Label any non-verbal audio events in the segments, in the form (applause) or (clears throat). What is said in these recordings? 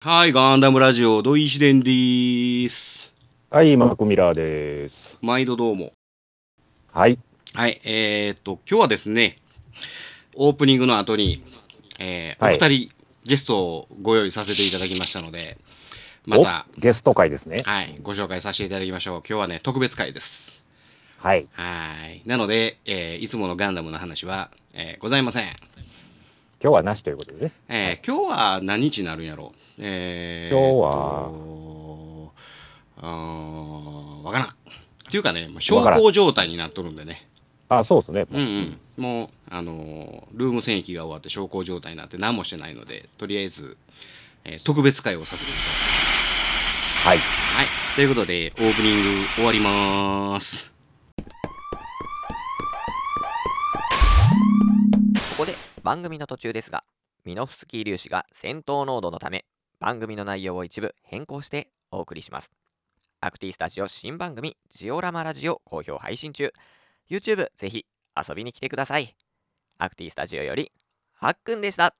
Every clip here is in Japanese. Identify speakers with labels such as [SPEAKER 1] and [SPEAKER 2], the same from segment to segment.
[SPEAKER 1] はい、ガンダムラジオ、土井秀でーす。
[SPEAKER 2] はい、マックミラーです。
[SPEAKER 1] 毎度どうも。
[SPEAKER 2] はい。
[SPEAKER 1] はい、えー、っと、今日はですね、オープニングの後に、えー
[SPEAKER 2] は
[SPEAKER 1] お
[SPEAKER 2] い
[SPEAKER 1] 二人、ゲストをご用意させていただきましたので、ま
[SPEAKER 2] お
[SPEAKER 1] た、
[SPEAKER 2] ゲスト会ですね。
[SPEAKER 1] はい、ご紹介させていただきましょう。今日はね、特別会です。
[SPEAKER 2] はい。
[SPEAKER 1] はい。なので、えーいつものガンダムの話は、えーございません。
[SPEAKER 2] 今日はなしということでね。
[SPEAKER 1] えー今日は何日になるんやろうえー、
[SPEAKER 2] 今日
[SPEAKER 1] はあーわからんっていうかねもう小康状態になっとるんでね
[SPEAKER 2] あ、そうですね。
[SPEAKER 1] うんうんもうあのールーム戦役が終わって小康状態になって何もしてないのでとりあえず、えー特別会をさせてい
[SPEAKER 2] はい。
[SPEAKER 1] ただきますはいということでオープニング終わりまーす
[SPEAKER 3] ここで番組の途中ですが、ミノフスキー粒子が戦闘濃度のため、番組の内容を一部変更してお送りします。アクティスタジオ新番組ジオラマラジオ好評配信中。YouTube ぜひ遊びに来てください。アクティスタジオより、はっくんでした。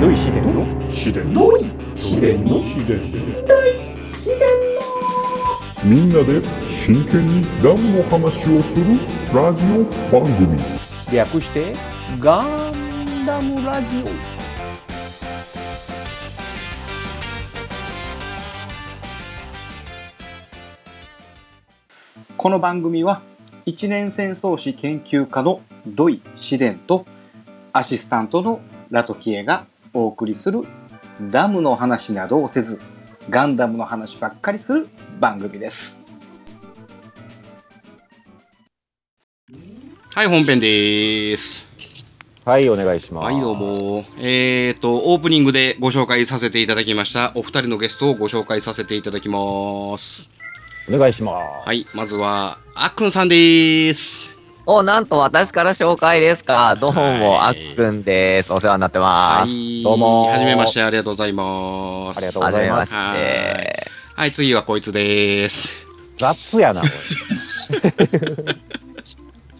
[SPEAKER 2] どういう自然の
[SPEAKER 4] 自然の自然の自然みんなで真剣にダムの話をするラジオ番組
[SPEAKER 2] 略して、
[SPEAKER 5] ガンダムラジオこの番組は一年戦争史研究家の土井紫伝とアシスタントのラトキエがお送りするダムの話などをせずガンダムの話ばっかりする番組です。
[SPEAKER 1] はい本編でーす
[SPEAKER 2] はい、お願いします。
[SPEAKER 1] はい、どう。も。えっ、と、オープニングでご紹介させていただきました、お二人のゲストをご紹介させていただきます。
[SPEAKER 2] お願いします。
[SPEAKER 1] はい、まずは、あっくんさんです。
[SPEAKER 6] お、なんと私から紹介ですか。どうも、あ
[SPEAKER 1] は
[SPEAKER 6] っ
[SPEAKER 1] い
[SPEAKER 6] くんです。お世話になって
[SPEAKER 1] は
[SPEAKER 6] ます。
[SPEAKER 1] い、
[SPEAKER 2] どうも
[SPEAKER 1] はじめまして、ありがとうございます。
[SPEAKER 2] ありがとう
[SPEAKER 6] は
[SPEAKER 2] ござ
[SPEAKER 6] じ
[SPEAKER 2] い
[SPEAKER 6] め
[SPEAKER 2] ま。
[SPEAKER 6] ますして。は
[SPEAKER 1] はい、次はこいつです。
[SPEAKER 2] 雑やな、
[SPEAKER 1] (laughs)
[SPEAKER 2] こ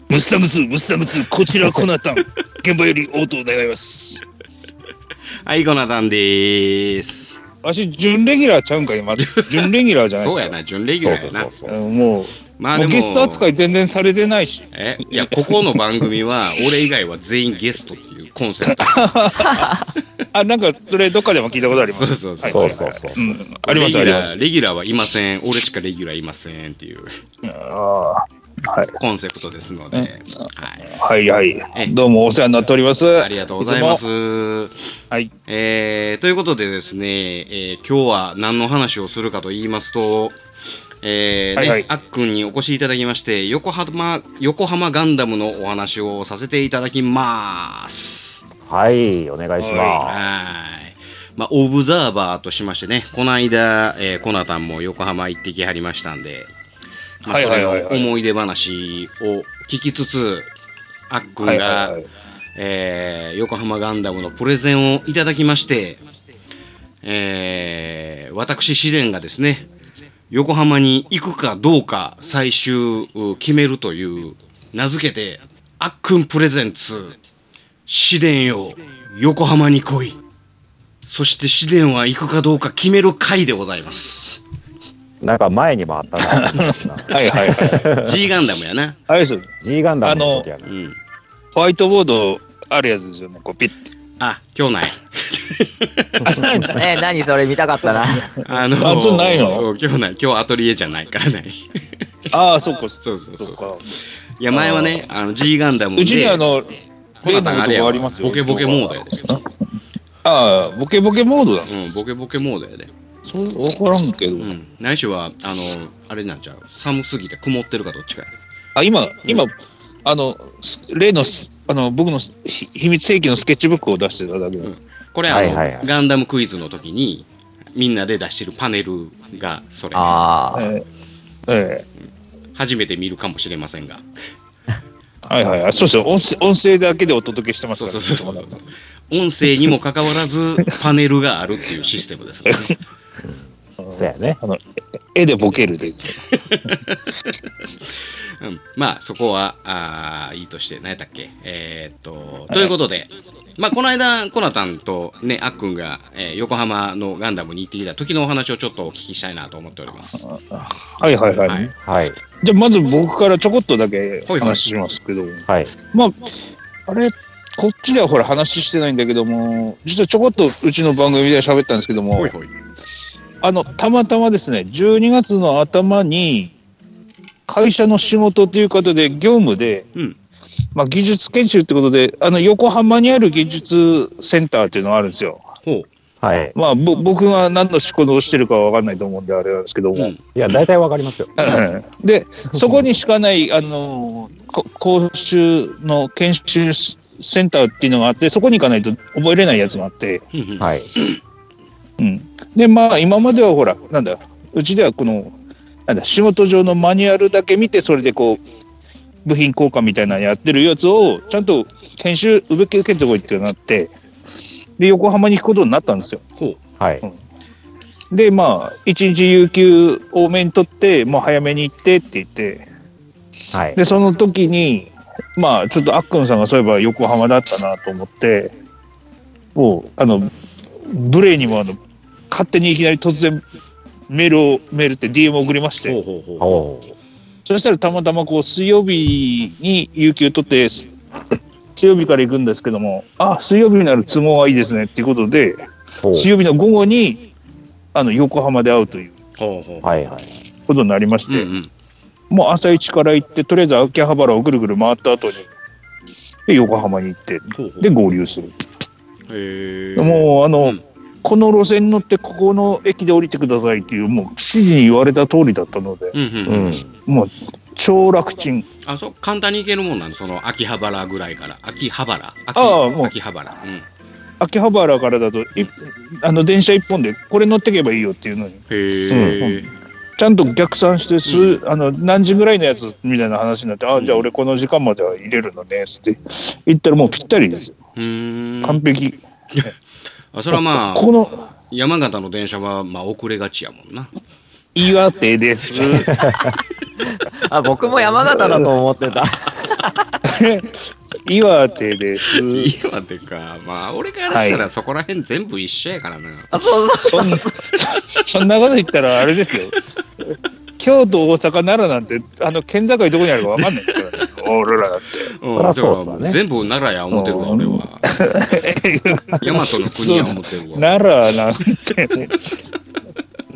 [SPEAKER 7] ムッサムツムッサムツこちらコナタ
[SPEAKER 1] (laughs)
[SPEAKER 7] ン現場より応答願います
[SPEAKER 1] はい、ゴナダンです。
[SPEAKER 4] わし準レギュラーちゃうんか今 (laughs) 準レギュラーじゃないで
[SPEAKER 1] そ
[SPEAKER 4] す
[SPEAKER 1] う
[SPEAKER 4] か
[SPEAKER 1] やな、準レギュ
[SPEAKER 2] れ。
[SPEAKER 1] ラーやな。
[SPEAKER 2] そう
[SPEAKER 4] うんも
[SPEAKER 1] まあ
[SPEAKER 4] うも
[SPEAKER 1] で
[SPEAKER 4] う
[SPEAKER 1] も、
[SPEAKER 4] ゲスト扱い全然されてないし
[SPEAKER 1] え、いや、ここの番組は、
[SPEAKER 4] (laughs)
[SPEAKER 1] 俺以外は全員ゲストっていうコンセプト。
[SPEAKER 4] あなんかそれどっかでも聞いたこと (laughs) あります
[SPEAKER 1] そうそうそう
[SPEAKER 2] そうそうそう。
[SPEAKER 4] うんありますあ
[SPEAKER 1] レギ
[SPEAKER 4] り
[SPEAKER 1] ュラ
[SPEAKER 4] ま
[SPEAKER 1] ー
[SPEAKER 4] す
[SPEAKER 1] レギュラーはいません。俺しかレギュラーいませんっていう
[SPEAKER 4] あ
[SPEAKER 1] コンセプトですので、はい、
[SPEAKER 4] ーはいは
[SPEAKER 1] え
[SPEAKER 4] いどうもお世話になっております
[SPEAKER 1] ありがとうございます。
[SPEAKER 4] つもはい
[SPEAKER 1] えーということでですね、えー今日は何の話をするかと言いますと、えーね
[SPEAKER 4] はいはい
[SPEAKER 1] あっくんにお越しいただきまして横浜横浜ガンダムのお話をさせていただきます。
[SPEAKER 2] はい、お願いしま
[SPEAKER 1] はい。まあ、オブザーバーとしましてね、この間、えー、コナタンも横浜行ってきはりましたんで、まあ
[SPEAKER 4] はいはいはいはい
[SPEAKER 1] それの思い出話を聞きつつ、あっくんが、
[SPEAKER 4] はいはいはい
[SPEAKER 1] えー横浜ガンダムのプレゼンをいただきまして、えー私、試練がですね、横浜に行くかどうか最終う決めるという、名付けて、あっくんプレゼンツ、試練よ、横浜に来い。そして試練は行くかどうか決める会でございます。
[SPEAKER 2] す。なんか前にもあったな。 (laughs)
[SPEAKER 4] はいはいはい
[SPEAKER 1] G ガンダムやな。
[SPEAKER 4] あれですよ
[SPEAKER 2] G ガンダムの時や
[SPEAKER 1] う
[SPEAKER 2] な。
[SPEAKER 1] ん。
[SPEAKER 4] ホワイトボードあるやつですよねこうピッ
[SPEAKER 1] あ、今日ない。
[SPEAKER 6] い、 (laughs) え、何それ見たかったな。
[SPEAKER 1] あの
[SPEAKER 4] あ今日ないの
[SPEAKER 1] 今日ない。今日アトリエじゃないからない。
[SPEAKER 4] ああそっか
[SPEAKER 1] そうそうそう。
[SPEAKER 4] そっか
[SPEAKER 1] いや、前はね、あの G ガンダムで。
[SPEAKER 4] うちにあの、
[SPEAKER 1] コナタンあれや
[SPEAKER 4] 例の男
[SPEAKER 1] わ
[SPEAKER 4] ありますよ
[SPEAKER 1] ボケボケモードやで。
[SPEAKER 4] ああ、ボケボケモードだ。
[SPEAKER 1] うん、ボケボケモードやで。
[SPEAKER 4] それ分からんけど。
[SPEAKER 1] うん。ないしは、あの、あれなんちゃう。寒すぎて曇ってるかどっちかやで。
[SPEAKER 4] あ、今、今、あの、す例のす、あの、僕のすひ秘密兵器のスケッチブックを出してただけだ。
[SPEAKER 1] これ、あの、
[SPEAKER 2] はいはいはい
[SPEAKER 1] ガンダムクイズの時に、みんなで出してるパネルがそれ。
[SPEAKER 6] ああ。
[SPEAKER 4] ええええ
[SPEAKER 1] 初めて見るかもしれませんが。
[SPEAKER 4] はいはいはい。そうそう、音声音声だけでお届けしてます
[SPEAKER 1] そう
[SPEAKER 4] から、
[SPEAKER 1] そう
[SPEAKER 4] ね。
[SPEAKER 1] そうそう
[SPEAKER 4] いつも。
[SPEAKER 1] 音声にもかかわらず、パネルがあるっていうシステム
[SPEAKER 4] (laughs)
[SPEAKER 1] ですね。
[SPEAKER 2] そうやね。
[SPEAKER 4] あの、え絵でボケるで。
[SPEAKER 1] うん、まあ、そこは、あーいいとして、何やったっけ。えーっと、ということで、まあ、この間、コナタンとね、あっくんが、えー横浜のガンダムに行ってきた時のお話をちょっとお聞きしたいなと思っております。
[SPEAKER 4] はいはいはい。
[SPEAKER 1] はい
[SPEAKER 2] はい。
[SPEAKER 4] じゃあまず僕からちょこっとだけ話しますけど、
[SPEAKER 2] はい。
[SPEAKER 4] まあ、あれ、こっちではほら話してないんだけども、実はちょこっとうちの番組で喋ったんですけども、
[SPEAKER 1] ほいほい。
[SPEAKER 4] あの、たまたまですね、12月の頭に、会社の仕事ということで、業務で、
[SPEAKER 1] うん
[SPEAKER 4] まあ、技術研修ってことで、あの、横浜にある技術センターっていうのがあるんですよ。
[SPEAKER 1] ほ
[SPEAKER 2] はい。
[SPEAKER 4] まあ、ぼ僕が何の仕事をしてるかは分かんないと思うんで、あれなんですけど
[SPEAKER 1] う。う
[SPEAKER 4] も。
[SPEAKER 1] ん。
[SPEAKER 2] いや、大体わかりますよ。
[SPEAKER 4] (laughs) で、そこにしかない、あの、こ講習の研修センターっていうのがあって、そこに行かないと覚えれないやつがあって、
[SPEAKER 1] うんうん
[SPEAKER 2] はい。
[SPEAKER 4] うん、でまあ今まではほらなんだうちではこのなんだ仕事上のマニュアルだけ見てそれでこう部品交換みたいなのやってるやつをちゃんと研修受け受けてこいってなってで横浜に行くことになったんですよ。
[SPEAKER 1] ほ
[SPEAKER 2] はい。
[SPEAKER 4] でまあ一日有給多めに取ってもう早めに行ってって言って
[SPEAKER 2] はい。
[SPEAKER 4] でその時にまあちょっとあっくんさんがそういえば横浜だったなと思ってもうあのブレイにもあの勝手にいきなり突然メールをメールって DM を送りまし
[SPEAKER 1] う。ほ
[SPEAKER 4] て
[SPEAKER 1] うほうほう。
[SPEAKER 2] おー
[SPEAKER 4] そしたらたまたまこう水曜日に有給取って水曜日から行くんですけどもあ水曜日になる都合がいいですねっていうことで
[SPEAKER 2] お
[SPEAKER 4] 水
[SPEAKER 2] ー。
[SPEAKER 4] 曜日の午後にあの横浜で会うという
[SPEAKER 1] ほうほう。
[SPEAKER 2] はいはい。
[SPEAKER 4] ことになりまして、
[SPEAKER 1] うんうん。
[SPEAKER 4] もう朝一から行ってとりあえず秋葉原をぐるぐる回った後にで横浜に行って
[SPEAKER 1] ほうほう。
[SPEAKER 4] で合流する、
[SPEAKER 1] え
[SPEAKER 4] もうあの、
[SPEAKER 1] うん
[SPEAKER 4] この路線に乗ってここの駅で降りてくださいっていうもう指示に言われた通りだったので
[SPEAKER 1] う。うんうん。
[SPEAKER 2] うん。
[SPEAKER 4] もう超楽ちん
[SPEAKER 1] あ、そう、簡単に行けるもんなの、その秋葉原ぐらいから。秋葉原秋
[SPEAKER 4] ああもう
[SPEAKER 1] 秋葉原。うん。へ
[SPEAKER 4] 秋葉原からだといあの電車一本でこれ乗ってけばいいよっていうのに
[SPEAKER 1] え。
[SPEAKER 4] ちゃんと逆算してす、あの何時ぐらいのやつみたいな話になって、あじゃあ俺この時間までは入れるのねっつって言ったらもうぴったりですよ
[SPEAKER 1] うーん。
[SPEAKER 4] 完璧、
[SPEAKER 1] あそれはまあ、
[SPEAKER 4] この
[SPEAKER 1] 山形の電車は、まあ、遅れがちやもんな。
[SPEAKER 4] 岩手です
[SPEAKER 6] あ、僕も山形だと思って
[SPEAKER 3] (laughs)
[SPEAKER 6] た。
[SPEAKER 4] (laughs) 岩手です。
[SPEAKER 1] 岩手か。まあ、俺からしたらそこら辺全部一緒やからな。
[SPEAKER 6] あ、そうそう。
[SPEAKER 4] そんなそんなこと言ったらあれですよ。京都、大阪、奈良なんて、あの県境どこにあるかわかんないですからね。俺らだっ
[SPEAKER 1] うん
[SPEAKER 2] そらそうっすわ
[SPEAKER 1] だ
[SPEAKER 2] ね
[SPEAKER 1] から全部奈良や思ってるわ、
[SPEAKER 4] うん
[SPEAKER 1] 俺は。
[SPEAKER 4] て。
[SPEAKER 1] 大和の国や思ってるわ。
[SPEAKER 4] 奈良なんて、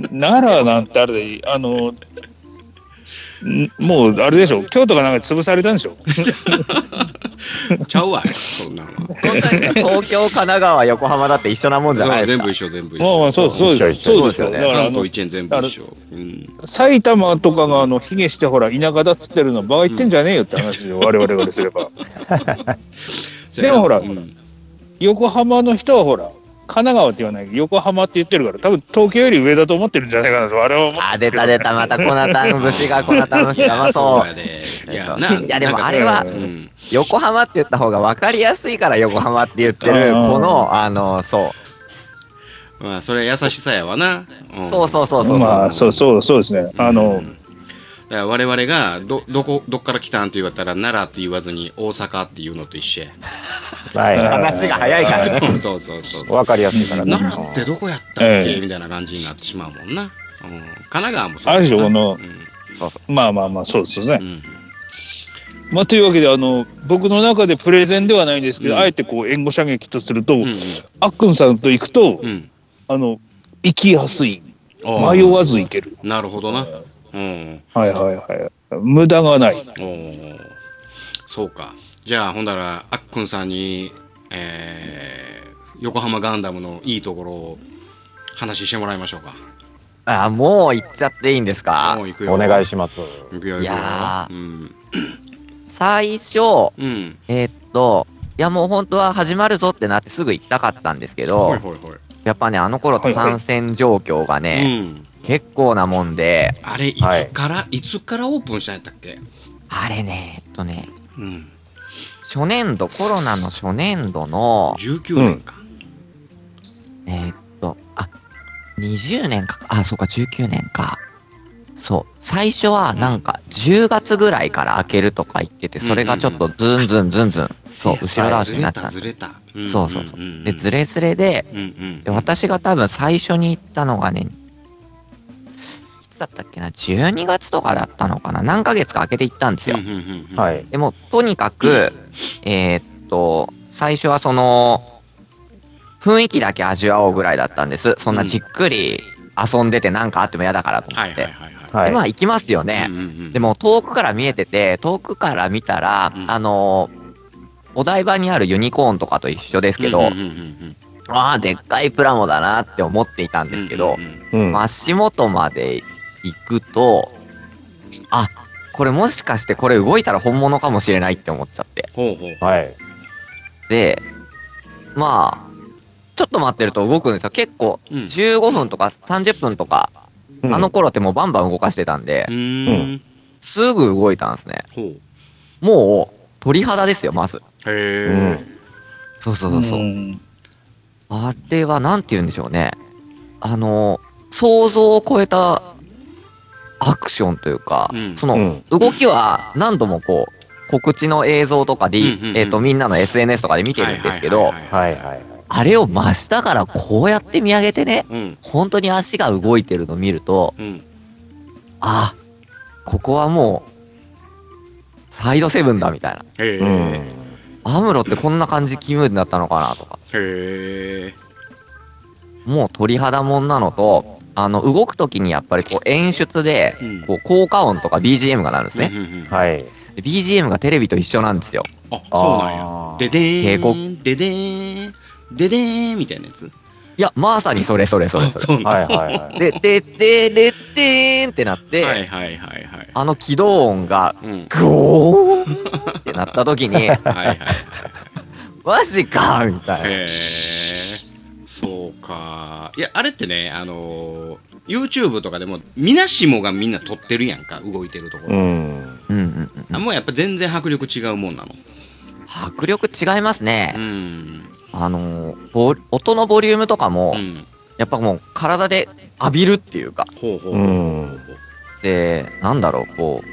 [SPEAKER 4] 奈良なんてあれで、あの、んもうあれでしょ、京都がなんか潰されたんでしょ。
[SPEAKER 1] ちゃうわ、そんなのは。
[SPEAKER 6] 東京、神奈川、横浜だって一緒なもんじゃないです
[SPEAKER 1] 全
[SPEAKER 6] か
[SPEAKER 1] 部。一緒、全部一
[SPEAKER 4] まあ
[SPEAKER 1] 緒。
[SPEAKER 4] まあ、そうそうです。
[SPEAKER 2] 一緒一緒
[SPEAKER 4] そうですよ。
[SPEAKER 6] そう
[SPEAKER 4] だ
[SPEAKER 6] ですよね
[SPEAKER 4] から
[SPEAKER 1] 関
[SPEAKER 4] あの
[SPEAKER 1] 東一円全部一緒。うん。
[SPEAKER 4] 埼玉とかがあの卑下してほら田舎だっつってるのバカ言ってんじゃねえよって話で我々からすれば
[SPEAKER 1] せやな
[SPEAKER 4] でもほら
[SPEAKER 1] うん
[SPEAKER 4] 横浜の人はほら神奈川って言わないけど横浜って言ってるから多分東京より上だと思ってるんじゃないかなとあれは思って
[SPEAKER 6] あ、出た出た、また粉タン節が粉タン節が、まあ
[SPEAKER 1] そう
[SPEAKER 6] そ
[SPEAKER 1] や
[SPEAKER 6] う。
[SPEAKER 1] で。い
[SPEAKER 6] い
[SPEAKER 1] や、な、
[SPEAKER 6] やでもあれ
[SPEAKER 1] なんか
[SPEAKER 6] は
[SPEAKER 1] うん。
[SPEAKER 6] 横浜って言った方が分かりやすいから横浜って言ってる
[SPEAKER 4] うん
[SPEAKER 6] このあのそ
[SPEAKER 1] まあ、それは優しさやわな。
[SPEAKER 6] うそうそうそうそう、
[SPEAKER 4] まあそうそうそうですね
[SPEAKER 1] うん
[SPEAKER 4] あの、
[SPEAKER 1] うんだから我々がどどこどっから来たんって言われたら奈良って言わずに大阪っていうのと一緒や
[SPEAKER 2] はいは
[SPEAKER 6] 話が早いからね
[SPEAKER 1] (laughs) そうそうそう
[SPEAKER 2] い。
[SPEAKER 1] そう
[SPEAKER 2] わかりやすいからね。
[SPEAKER 1] 奈良ってどこやったっけ、
[SPEAKER 4] ええ
[SPEAKER 1] みたいな感じになってしまうもんな、うん、神奈川もそう
[SPEAKER 4] あれでしょこ
[SPEAKER 1] の
[SPEAKER 4] のまあまあまあそうですよ
[SPEAKER 1] う
[SPEAKER 4] ね、
[SPEAKER 1] ん
[SPEAKER 4] まあというわけであの僕の中でプレゼンではないんですけど、
[SPEAKER 1] うん
[SPEAKER 4] あえてこう援護射撃とすると、
[SPEAKER 1] うん
[SPEAKER 4] あっくんさんと行くと、
[SPEAKER 1] うん
[SPEAKER 4] あの行きやすい
[SPEAKER 1] うん
[SPEAKER 4] 迷わず行ける、
[SPEAKER 1] なるほどなうん
[SPEAKER 4] はいはいはい無駄がない
[SPEAKER 1] おーそうかじゃあほんだらあっくんさんに、えー、横浜ガンダムのいいところを話してもらいましょうか
[SPEAKER 6] あもう行っちゃっていいんですか
[SPEAKER 1] もう行くよ
[SPEAKER 2] お願いします。
[SPEAKER 1] 行くよ行くよ
[SPEAKER 6] いや
[SPEAKER 1] うん
[SPEAKER 6] 最初
[SPEAKER 1] うん
[SPEAKER 6] えーっといやもう本当は始まるぞってなってすぐ行きたかったんですけ
[SPEAKER 1] ほい
[SPEAKER 6] ど
[SPEAKER 1] ほいほい
[SPEAKER 6] やっぱねあの頃と感染状況がね、
[SPEAKER 1] うん
[SPEAKER 6] 結構なもんで
[SPEAKER 1] あれいつ
[SPEAKER 2] はい
[SPEAKER 1] から、い、つからオープンしたんやったっけ
[SPEAKER 6] あれねえっとね
[SPEAKER 1] うん
[SPEAKER 6] 初年度コロナの初年度の
[SPEAKER 1] 19年か、
[SPEAKER 6] えーっと、あ、20年か、あ、そうか、19年か。そう。最初はなんか10月ぐらいから開けるとか言ってて、それがちょっとズンズンズンズン。そう、後ろ倒し
[SPEAKER 1] ず
[SPEAKER 6] にな
[SPEAKER 1] れ
[SPEAKER 6] った
[SPEAKER 1] た
[SPEAKER 6] んで
[SPEAKER 1] ず
[SPEAKER 6] す。
[SPEAKER 1] れた。
[SPEAKER 6] そうそうそ
[SPEAKER 1] ん
[SPEAKER 6] で、ズレズレで、
[SPEAKER 1] うんうん
[SPEAKER 6] で。私が多分最初に行ったのがね、いつだったっけな、12月とかだったのかな、何ヶ月か空けて行ったんですよ。
[SPEAKER 1] うんうんうん
[SPEAKER 2] はい。
[SPEAKER 6] でも、とにかく、えーっと、最初はその、雰囲気だけ味わおうぐらいだったんです。そんなじっくり遊んでてなんかあっても嫌だからと思
[SPEAKER 1] はい
[SPEAKER 6] っ
[SPEAKER 1] はいは
[SPEAKER 6] て。
[SPEAKER 1] いはい。
[SPEAKER 2] は
[SPEAKER 6] で、
[SPEAKER 2] い。
[SPEAKER 6] まあ行きますよね。で
[SPEAKER 1] でも、
[SPEAKER 6] も遠くから見えてて、遠くから見たら、
[SPEAKER 1] うん
[SPEAKER 6] あのーお台場にあるユニコーンとかと一緒ですけど、
[SPEAKER 1] うんうんうん
[SPEAKER 6] ああ、でっかいプラモだなって思っていたん
[SPEAKER 1] うん
[SPEAKER 6] ですけど、
[SPEAKER 1] うんうんうん
[SPEAKER 2] うん。
[SPEAKER 6] 足元まで行くと、あこれもしかしてこれ動いたら本物かもしれないって思っちゃって。
[SPEAKER 1] ほうほう。
[SPEAKER 2] はい。
[SPEAKER 6] で、まあ、ちょっと待ってると動くんですよ。結構、
[SPEAKER 1] うん
[SPEAKER 6] 15分とか30分とか、
[SPEAKER 2] うん
[SPEAKER 6] あの頃ってもうバンバン動かしてたんで
[SPEAKER 1] う、ーん。
[SPEAKER 6] すぐ動いたんですね。
[SPEAKER 1] ほう。
[SPEAKER 6] もう、鳥肌ですよ、まず。
[SPEAKER 2] う
[SPEAKER 1] へえ。
[SPEAKER 2] ん。
[SPEAKER 6] そうそうそうそう。
[SPEAKER 4] ん
[SPEAKER 6] あれは、なんて言うんでしょうね。あの、想像を超えたアクションというか、
[SPEAKER 1] うん
[SPEAKER 6] そうの、
[SPEAKER 2] ん。
[SPEAKER 6] 動きは何度もこう、告知の映像とかで、
[SPEAKER 1] うんうんうん
[SPEAKER 6] えっ、と、みんなの SNS とかで見てるんですけど
[SPEAKER 1] はい、はいはい
[SPEAKER 2] はいはい。
[SPEAKER 6] あれを真下からこうやって見上げてね、
[SPEAKER 1] はい。うん。
[SPEAKER 6] 本当に足が動いてるの見ると、
[SPEAKER 1] うん。
[SPEAKER 6] あ、ここはもう、サイドセブンだみたいな。
[SPEAKER 1] へ
[SPEAKER 2] う
[SPEAKER 1] え。
[SPEAKER 2] ん。
[SPEAKER 6] アムロってこんな感じ、キムーになったのかなとか。
[SPEAKER 1] へえ。
[SPEAKER 6] もう鳥肌もんなのと、あの、動くときにやっぱりこう演出で
[SPEAKER 1] うん、
[SPEAKER 6] こう効果音とか BGM がなるんですね。
[SPEAKER 1] うんうんうん
[SPEAKER 2] はい。
[SPEAKER 6] で BGM がテレビと一緒なんですよ。
[SPEAKER 1] あ、そうなんや。
[SPEAKER 2] あー
[SPEAKER 1] でで
[SPEAKER 6] 警
[SPEAKER 1] ー
[SPEAKER 6] 告
[SPEAKER 1] ん、ででーん、ででーんみたいなやつ。
[SPEAKER 6] いや、まさにそれそれそれ
[SPEAKER 1] あ (laughs)
[SPEAKER 6] そ
[SPEAKER 1] そうなん
[SPEAKER 2] はい
[SPEAKER 1] や。
[SPEAKER 2] はいはい。
[SPEAKER 6] れ。で、で、で、で、でーんってなって、
[SPEAKER 1] はいはいはいはい。
[SPEAKER 6] あの起動音が、
[SPEAKER 1] うん。
[SPEAKER 6] ゴーンってなったと
[SPEAKER 1] (laughs)
[SPEAKER 6] きに、
[SPEAKER 1] はいはい。
[SPEAKER 6] マジかみたいな。
[SPEAKER 1] へえ。そうか。いや、あれってね、あのー、YouTube とかでも、みなしもがみんな撮ってるやんか、動いてるとこ
[SPEAKER 2] う
[SPEAKER 1] ろ。
[SPEAKER 2] ん。
[SPEAKER 6] うんうんう
[SPEAKER 1] あ
[SPEAKER 6] ん。
[SPEAKER 1] もうやっぱ全然迫力違うもんなの。
[SPEAKER 6] 迫力違いますね
[SPEAKER 1] う。ん。
[SPEAKER 6] あのーボリ音のボリュームとかも
[SPEAKER 1] う、ん。
[SPEAKER 6] やっぱもう体で浴びるっていうか、
[SPEAKER 1] ほうほう
[SPEAKER 2] う
[SPEAKER 1] ほう。
[SPEAKER 2] ん。
[SPEAKER 6] で、なんだろう、こ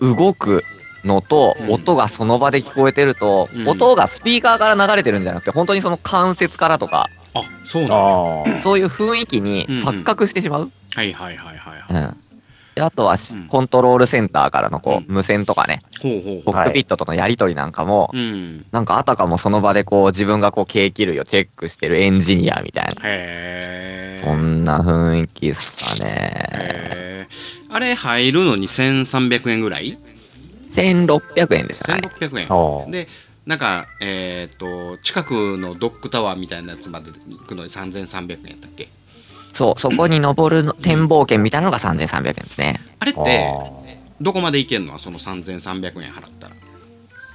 [SPEAKER 6] う、動くのと
[SPEAKER 1] う、ん
[SPEAKER 6] 音がその場で聞こえてると、
[SPEAKER 1] うん
[SPEAKER 6] 音がスピーカーから流れてるんじゃなくて、本当にその関節からとか、
[SPEAKER 1] あ、そうなんや。は
[SPEAKER 2] ああ。
[SPEAKER 6] そういう雰囲気に
[SPEAKER 1] うんうん
[SPEAKER 6] 錯覚してしまう。
[SPEAKER 1] いはいはいはいは
[SPEAKER 6] う
[SPEAKER 1] い。
[SPEAKER 6] ん。であとはし
[SPEAKER 1] うん
[SPEAKER 6] コントロールセンターからのこ
[SPEAKER 1] う
[SPEAKER 6] う、無線とかね、
[SPEAKER 1] ほうほう
[SPEAKER 6] コ
[SPEAKER 1] ほ
[SPEAKER 2] 僕
[SPEAKER 1] う。
[SPEAKER 6] ックピットとのやりとりなんかも、
[SPEAKER 1] うん。
[SPEAKER 6] なんかあたかもその場でこう、自分がこう、景気類をチェックしてるエンジニアみたいな。
[SPEAKER 1] へえ。
[SPEAKER 6] そんな雰囲気ですかね。
[SPEAKER 1] へえ。あれ入るのに1300円ぐらい
[SPEAKER 6] 1600円でしたね。
[SPEAKER 1] ?1600 円。
[SPEAKER 2] ああ。
[SPEAKER 1] でなんかえーっと近くのドックタワーみたいなやつまで行くのに3300円やったっけ
[SPEAKER 6] そう、そこに登るの展望券みたいなのが3300円ですね。
[SPEAKER 1] あれっ
[SPEAKER 2] あ
[SPEAKER 1] て
[SPEAKER 2] あ
[SPEAKER 1] どこまで行けんのその3300円払ったら、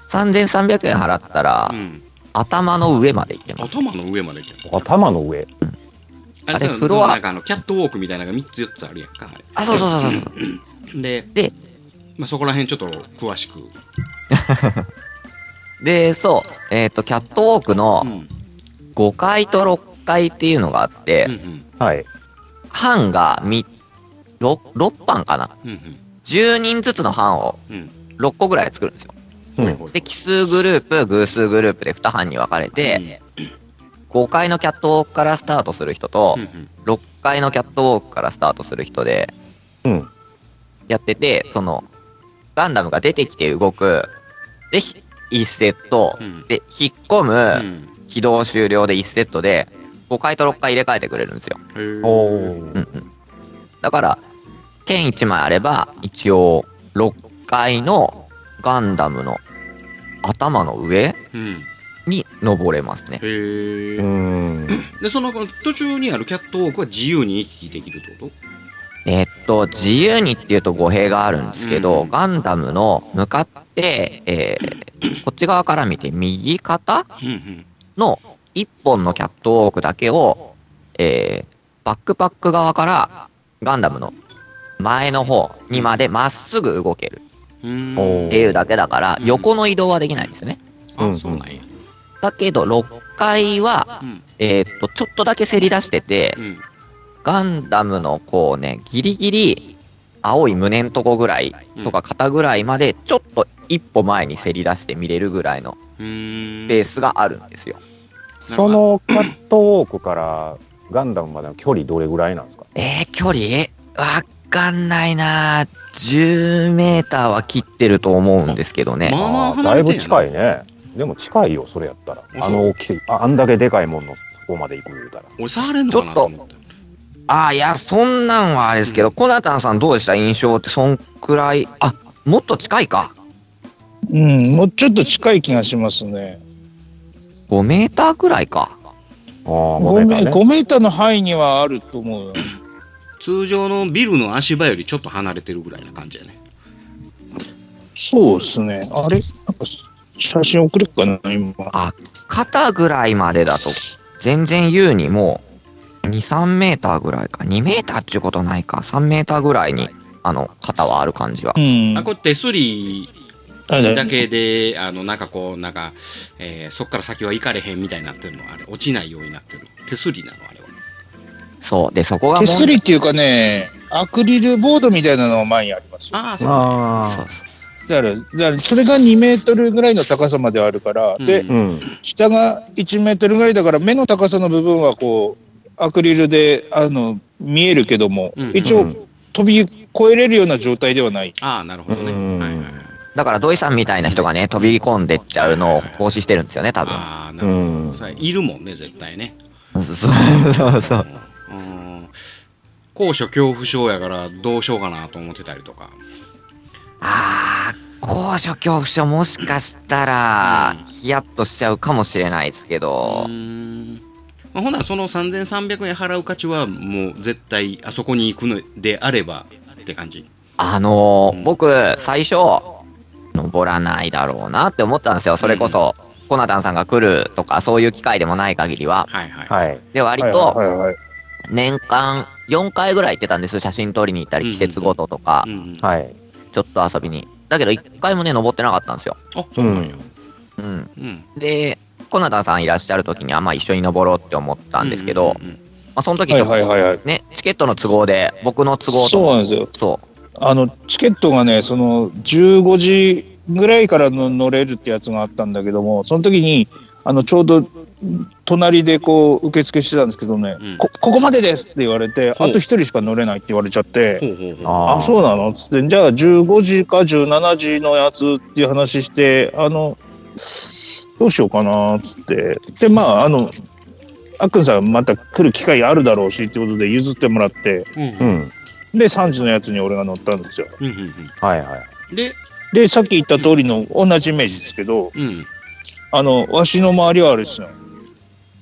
[SPEAKER 6] 3300円払ったら、
[SPEAKER 1] うん、
[SPEAKER 6] 頭の上まで行けます。
[SPEAKER 1] 頭の上まで行けんの
[SPEAKER 2] 頭の上。
[SPEAKER 1] あ
[SPEAKER 6] あれ
[SPEAKER 1] そう
[SPEAKER 6] フロア
[SPEAKER 1] そのなんかあのキャットウォークみたいなのが3つ4つあるやんかあれ
[SPEAKER 6] あ、そうそうそうそう。
[SPEAKER 1] で
[SPEAKER 6] で
[SPEAKER 1] まあ、そこら辺ちょっと詳しく、
[SPEAKER 6] で、そう、えっ、と、キャットウォーク
[SPEAKER 1] う
[SPEAKER 6] の
[SPEAKER 1] ん
[SPEAKER 6] 5階と6階っていうのがあって、
[SPEAKER 1] うんうん
[SPEAKER 2] はい。
[SPEAKER 6] 班がみ 6, 6班かな。
[SPEAKER 1] うん
[SPEAKER 6] 10人ずつの班を
[SPEAKER 1] うん
[SPEAKER 6] 6個ぐらい作るんですよ。
[SPEAKER 1] う
[SPEAKER 2] うんん
[SPEAKER 1] ほいほい
[SPEAKER 6] で、奇数グループ、偶数グループで2班に分かれて、5階のキャットウォークからスタートする人と
[SPEAKER 1] うん、うん
[SPEAKER 6] 6階のキャットウォークからスタートする人で、
[SPEAKER 2] うん。
[SPEAKER 6] やってて、その、ガンダムが出てきて動く、で、ひ1セット、
[SPEAKER 1] うん
[SPEAKER 6] で、引っ込
[SPEAKER 1] う
[SPEAKER 6] む、
[SPEAKER 1] ん
[SPEAKER 6] 起動終了で1セットで、5回と6回入れ替えてくれるんですよ。
[SPEAKER 1] へー
[SPEAKER 2] お
[SPEAKER 6] う
[SPEAKER 2] ー
[SPEAKER 6] んうん。だから、剣1枚あれば、一応、6回のガンダムの頭の上
[SPEAKER 1] うん
[SPEAKER 6] に登れますね。
[SPEAKER 1] へえ
[SPEAKER 2] うん。
[SPEAKER 1] でその途中にあるキャットウォークは自由に行き来できるってこと
[SPEAKER 6] えっと、自由にっていうと語弊があるんですけど、
[SPEAKER 1] うん
[SPEAKER 6] ガンダムの向かって、えーこっち側から見て右肩
[SPEAKER 1] うんうん
[SPEAKER 6] の1本のキャットウォークだけを、えーバックパック側からガンダムの前の方にまでまっすぐ動ける
[SPEAKER 1] うーん
[SPEAKER 2] お
[SPEAKER 6] っていうだけだから、
[SPEAKER 1] うん
[SPEAKER 6] 横の移動はできないんですよね。
[SPEAKER 1] あそうなんや
[SPEAKER 6] だけど、6階は
[SPEAKER 1] う、ん
[SPEAKER 6] えーっと、ちょっとだけせり出してて
[SPEAKER 1] う、ん
[SPEAKER 6] ガンダムのこうね、ギリギリ、青い胸んとこぐらいとか肩ぐらいまでちょっと一歩前にせり出して見れるぐらいの
[SPEAKER 1] うーん
[SPEAKER 6] ベースがあるんですよ。
[SPEAKER 2] そのカットウォークからガンダムまでの距離どれぐらいなんですか
[SPEAKER 6] えー、距離わかんないな10メーターは切ってると思うんですけどね。
[SPEAKER 1] まあまあ
[SPEAKER 2] あー
[SPEAKER 1] 離
[SPEAKER 2] だい
[SPEAKER 1] れてんや
[SPEAKER 2] ぶ
[SPEAKER 1] な
[SPEAKER 2] 近いね。でも近いよ、それやったら。
[SPEAKER 1] そう
[SPEAKER 2] あの大きい、ああんだけでかいもんのそこまで行く言うたら。
[SPEAKER 1] 俺触れんのかなと思った
[SPEAKER 6] ああ、いや、そんなんはあれですけど、コナタンさんどうでした印象ってそんくらい。あ、もっと近いか。
[SPEAKER 4] うん、もうちょっと近い気がしますね。
[SPEAKER 6] 5メーターくらいか。
[SPEAKER 2] ああ、ごめ
[SPEAKER 4] 5
[SPEAKER 2] んね
[SPEAKER 4] メ。5メーターの範囲にはあると思うよ。
[SPEAKER 1] 通常のビルの足場よりちょっと離れてるぐらいな感じやね
[SPEAKER 4] そうですね。あれなんか写真送るかな、今。
[SPEAKER 6] あ、肩ぐらいまでだと、全然優にもう、2、3メーターぐらいか。2メーターっていうことないか。3メーターぐらいに、あの、肩はある感じは
[SPEAKER 4] う。ん。
[SPEAKER 1] あこれ手すり
[SPEAKER 4] あれ
[SPEAKER 1] だけであのなんかこうなんか、えーそっから先は行かれへんみたいになってるのあれ落ちないようになってるの手すりなのあれは
[SPEAKER 6] そう。で、そこが
[SPEAKER 4] 手
[SPEAKER 6] 問
[SPEAKER 4] すりっていうかね、アクリルボードみたいなのが前にありますよ。
[SPEAKER 1] ああそう
[SPEAKER 6] そう
[SPEAKER 2] あ
[SPEAKER 4] だから、だからそれが2メートルぐらいの高さまであるから、
[SPEAKER 1] うん
[SPEAKER 4] で
[SPEAKER 2] あ、う、ん。
[SPEAKER 4] 下が1メートルぐらいだから、目の高さの部分はこう、アクリルで、あの、見えるけども、
[SPEAKER 1] うん
[SPEAKER 4] 一応、飛び越えれるような状態ではない。
[SPEAKER 1] ああなるほどね
[SPEAKER 2] うん
[SPEAKER 1] はいはいはい
[SPEAKER 6] だから土井さんみたいな人がね、飛び込んでっちゃうのを防止してるんですよね、多分。
[SPEAKER 1] ああな
[SPEAKER 2] う
[SPEAKER 1] るほど、
[SPEAKER 2] ん。
[SPEAKER 1] それいるもんね絶対ね
[SPEAKER 6] そうそうそう。
[SPEAKER 1] うん高所恐怖症やからどうしようかなと思ってたりとか
[SPEAKER 6] ああ、高所恐怖症もしかしたら
[SPEAKER 1] うん、
[SPEAKER 6] ヒヤッとしちゃうかもしれないですけど
[SPEAKER 1] う、ーんまあほなその3300円払う価値はもう絶対あそこに行くのであればって感じ
[SPEAKER 6] あのー
[SPEAKER 1] うん
[SPEAKER 6] 僕、最初、登らないだろうなって思ったんですよ。それこそ、コナタンさんが来るとか、そういう機会でもない限りは。
[SPEAKER 1] はいはい、
[SPEAKER 2] はい。
[SPEAKER 6] で、割
[SPEAKER 4] は
[SPEAKER 6] と、
[SPEAKER 4] いはいはい。
[SPEAKER 6] 年間4回ぐらい行ってたんです。写真撮りに行った
[SPEAKER 1] うん
[SPEAKER 6] り、
[SPEAKER 1] うん
[SPEAKER 6] 季節ごととか
[SPEAKER 1] う、んうん、
[SPEAKER 2] はい。
[SPEAKER 6] ちょっと遊びに。だけど、1回もね、登ってなかったんですよ。
[SPEAKER 1] あそうなんや、
[SPEAKER 6] うん。
[SPEAKER 1] うん、
[SPEAKER 6] で、コナタンさんいらっしゃる時には、まあ一緒に登ろうって思ったんですけど
[SPEAKER 1] う、んうんうん
[SPEAKER 6] まあその時ち
[SPEAKER 4] はい
[SPEAKER 6] ょっと
[SPEAKER 4] はいはいはい。
[SPEAKER 6] ね、チケットの都合で、僕の都合と。
[SPEAKER 4] そうなんですよ。
[SPEAKER 6] そう。
[SPEAKER 4] あの、チケットがね、その、15時ぐらいからの乗れるってやつがあったんだけども、その時に、あの、ちょうど、隣でこう、受付してたんですけどね、
[SPEAKER 1] うん
[SPEAKER 4] こ、ここまでですって言われて、あ
[SPEAKER 1] ほう
[SPEAKER 4] と一人しか乗れないって言われちゃって、
[SPEAKER 1] ほうほうほう
[SPEAKER 2] あ
[SPEAKER 4] あ、そうなのつって、じゃあ15時か17時のやつっていう話して、あの、どうしようかなつって。で、まあ、あの、あっくんさんまた来る機会あるだろうしってことで譲ってもらって、
[SPEAKER 1] うんう
[SPEAKER 2] うんん。
[SPEAKER 4] で、3時のやつに俺が乗ったんですよ。
[SPEAKER 1] うんうん
[SPEAKER 2] はいはい。
[SPEAKER 1] うんで
[SPEAKER 4] で、さっき言った通りの同じイメージですけど、
[SPEAKER 1] うん
[SPEAKER 4] あの、わしの周りはあれですよ。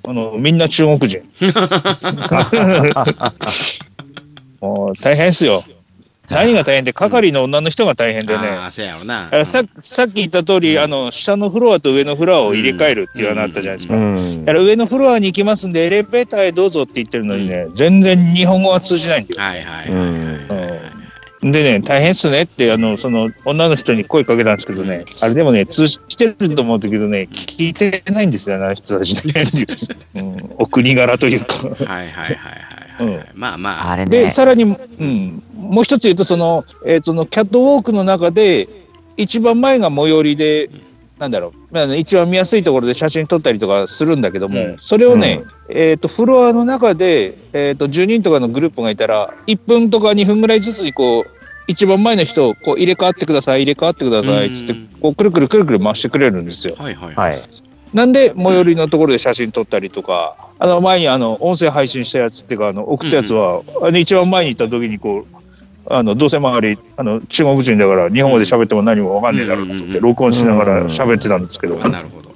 [SPEAKER 4] あの、みんな中国
[SPEAKER 2] (laughs)
[SPEAKER 4] 人。もう大変ですよ。何が大変って、係の女の人が大変で
[SPEAKER 1] あ
[SPEAKER 4] ね。
[SPEAKER 1] あせやろな
[SPEAKER 4] あささっき言った通り、あの、下のフロアと上のフロアを入れ替えるっていうのあったじゃないです
[SPEAKER 2] う
[SPEAKER 4] か。だ
[SPEAKER 2] ん
[SPEAKER 4] か。ら上のフロアに行きますんで、エレベーターへどうぞって言ってるのにね、全然日本語は通じないんだよ。
[SPEAKER 1] はいはいうはい
[SPEAKER 2] ん。
[SPEAKER 4] うんでね、大変っすねって、あの、その、女の人に声かけたんですけどね、あれでもね、通知してると思うんだけどね、聞いてないんですよ、あの人たちね。うん、お国柄というか。
[SPEAKER 1] はいはいはいはいはい、まあま
[SPEAKER 6] あ
[SPEAKER 1] あ
[SPEAKER 6] れ
[SPEAKER 4] で、
[SPEAKER 6] ね。
[SPEAKER 4] さらに、うん、もう一つ言うと、その、えっ、と、そのキャットウォークの中で、一番前が最寄りで、なんだろう、まあ、一番見やすいところで写真撮ったりとかするんだけども、
[SPEAKER 1] うん
[SPEAKER 4] それをね、えっ、と、フロアの中で、えっ、と、10人とかのグループがいたら、1分とか2分ぐらいずつにこう、一番前の人をこう入れ替わってください、入れ替わってくださいっつって
[SPEAKER 1] うん、
[SPEAKER 4] こう、くるくるくるくる回してくれるんですよ。
[SPEAKER 1] はいはい
[SPEAKER 2] はい。
[SPEAKER 4] なんで、最寄りのところで写真撮ったりとか、あの前にあの音声配信したやつっていうか、あの送ったやつは、あの一番前に行った時にこう、あのどうせ周りあの中国人だから日本語で喋っても何もわかんねえだろうなと
[SPEAKER 1] う
[SPEAKER 4] 思っ
[SPEAKER 1] んうんう
[SPEAKER 4] て
[SPEAKER 1] ん
[SPEAKER 4] 録音しながら喋ってたんですけど、
[SPEAKER 1] あなるほど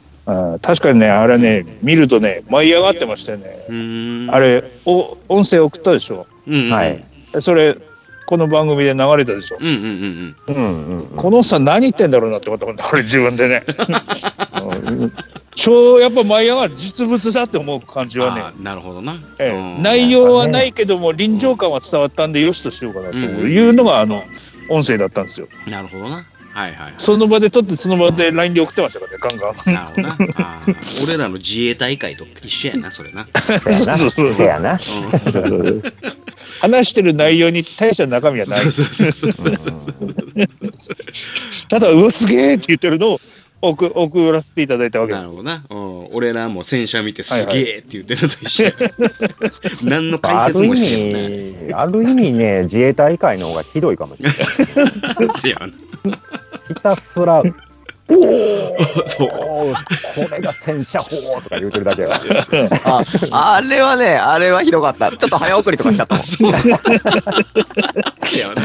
[SPEAKER 4] あ確かにねあれね見るとね舞い上がってましたよね
[SPEAKER 1] うーん
[SPEAKER 4] あれお音声送ったでしょ
[SPEAKER 1] うんうん
[SPEAKER 2] はい
[SPEAKER 4] それこの番組で流れたでしょ
[SPEAKER 1] うんうんうん
[SPEAKER 2] うんうん。
[SPEAKER 4] このおっさん何言ってんだろうなって思ったもんね俺自分
[SPEAKER 1] (laughs)
[SPEAKER 4] でねうん超やっぱ舞い上がる実物だって思う感じ
[SPEAKER 1] うん
[SPEAKER 4] はね
[SPEAKER 1] あーなるほどな、
[SPEAKER 4] え
[SPEAKER 1] う
[SPEAKER 4] え、
[SPEAKER 1] ん
[SPEAKER 4] 内容はないけども臨場感は伝わったんでよしとしようかなというのがあの音声だったんですよ
[SPEAKER 1] なるほどなはいはいはい
[SPEAKER 4] その場で撮ってその場で LINE で送ってましたからねガンガン
[SPEAKER 1] (laughs) なるほどな。あー俺らの自衛隊会と一緒やな、それな。
[SPEAKER 2] せやな。
[SPEAKER 4] (laughs) そうそうそう
[SPEAKER 2] せやな。
[SPEAKER 1] う
[SPEAKER 4] 話してる内容に大した中身はない
[SPEAKER 1] そう。そうそう
[SPEAKER 4] (laughs)
[SPEAKER 1] そうそう
[SPEAKER 4] ただ、うわ、すげえって言ってるのを送送らせていただいたわけ
[SPEAKER 1] なるほどな、うん、俺らも戦車見てすげえって言ってるのと一緒や何の
[SPEAKER 2] あ
[SPEAKER 1] 解説
[SPEAKER 2] る意
[SPEAKER 1] もしてない
[SPEAKER 2] 味、ある意味ね、自衛隊以外の方がひどいかもしれない。
[SPEAKER 1] せやな
[SPEAKER 2] ひた
[SPEAKER 1] (laughs)
[SPEAKER 2] すら、
[SPEAKER 1] そう
[SPEAKER 2] おうこれが戦車砲とか言うてるだけや。
[SPEAKER 6] ああれはね、あれはひどかった。ちょっと早送りとかしちゃったもん。
[SPEAKER 1] そうせやな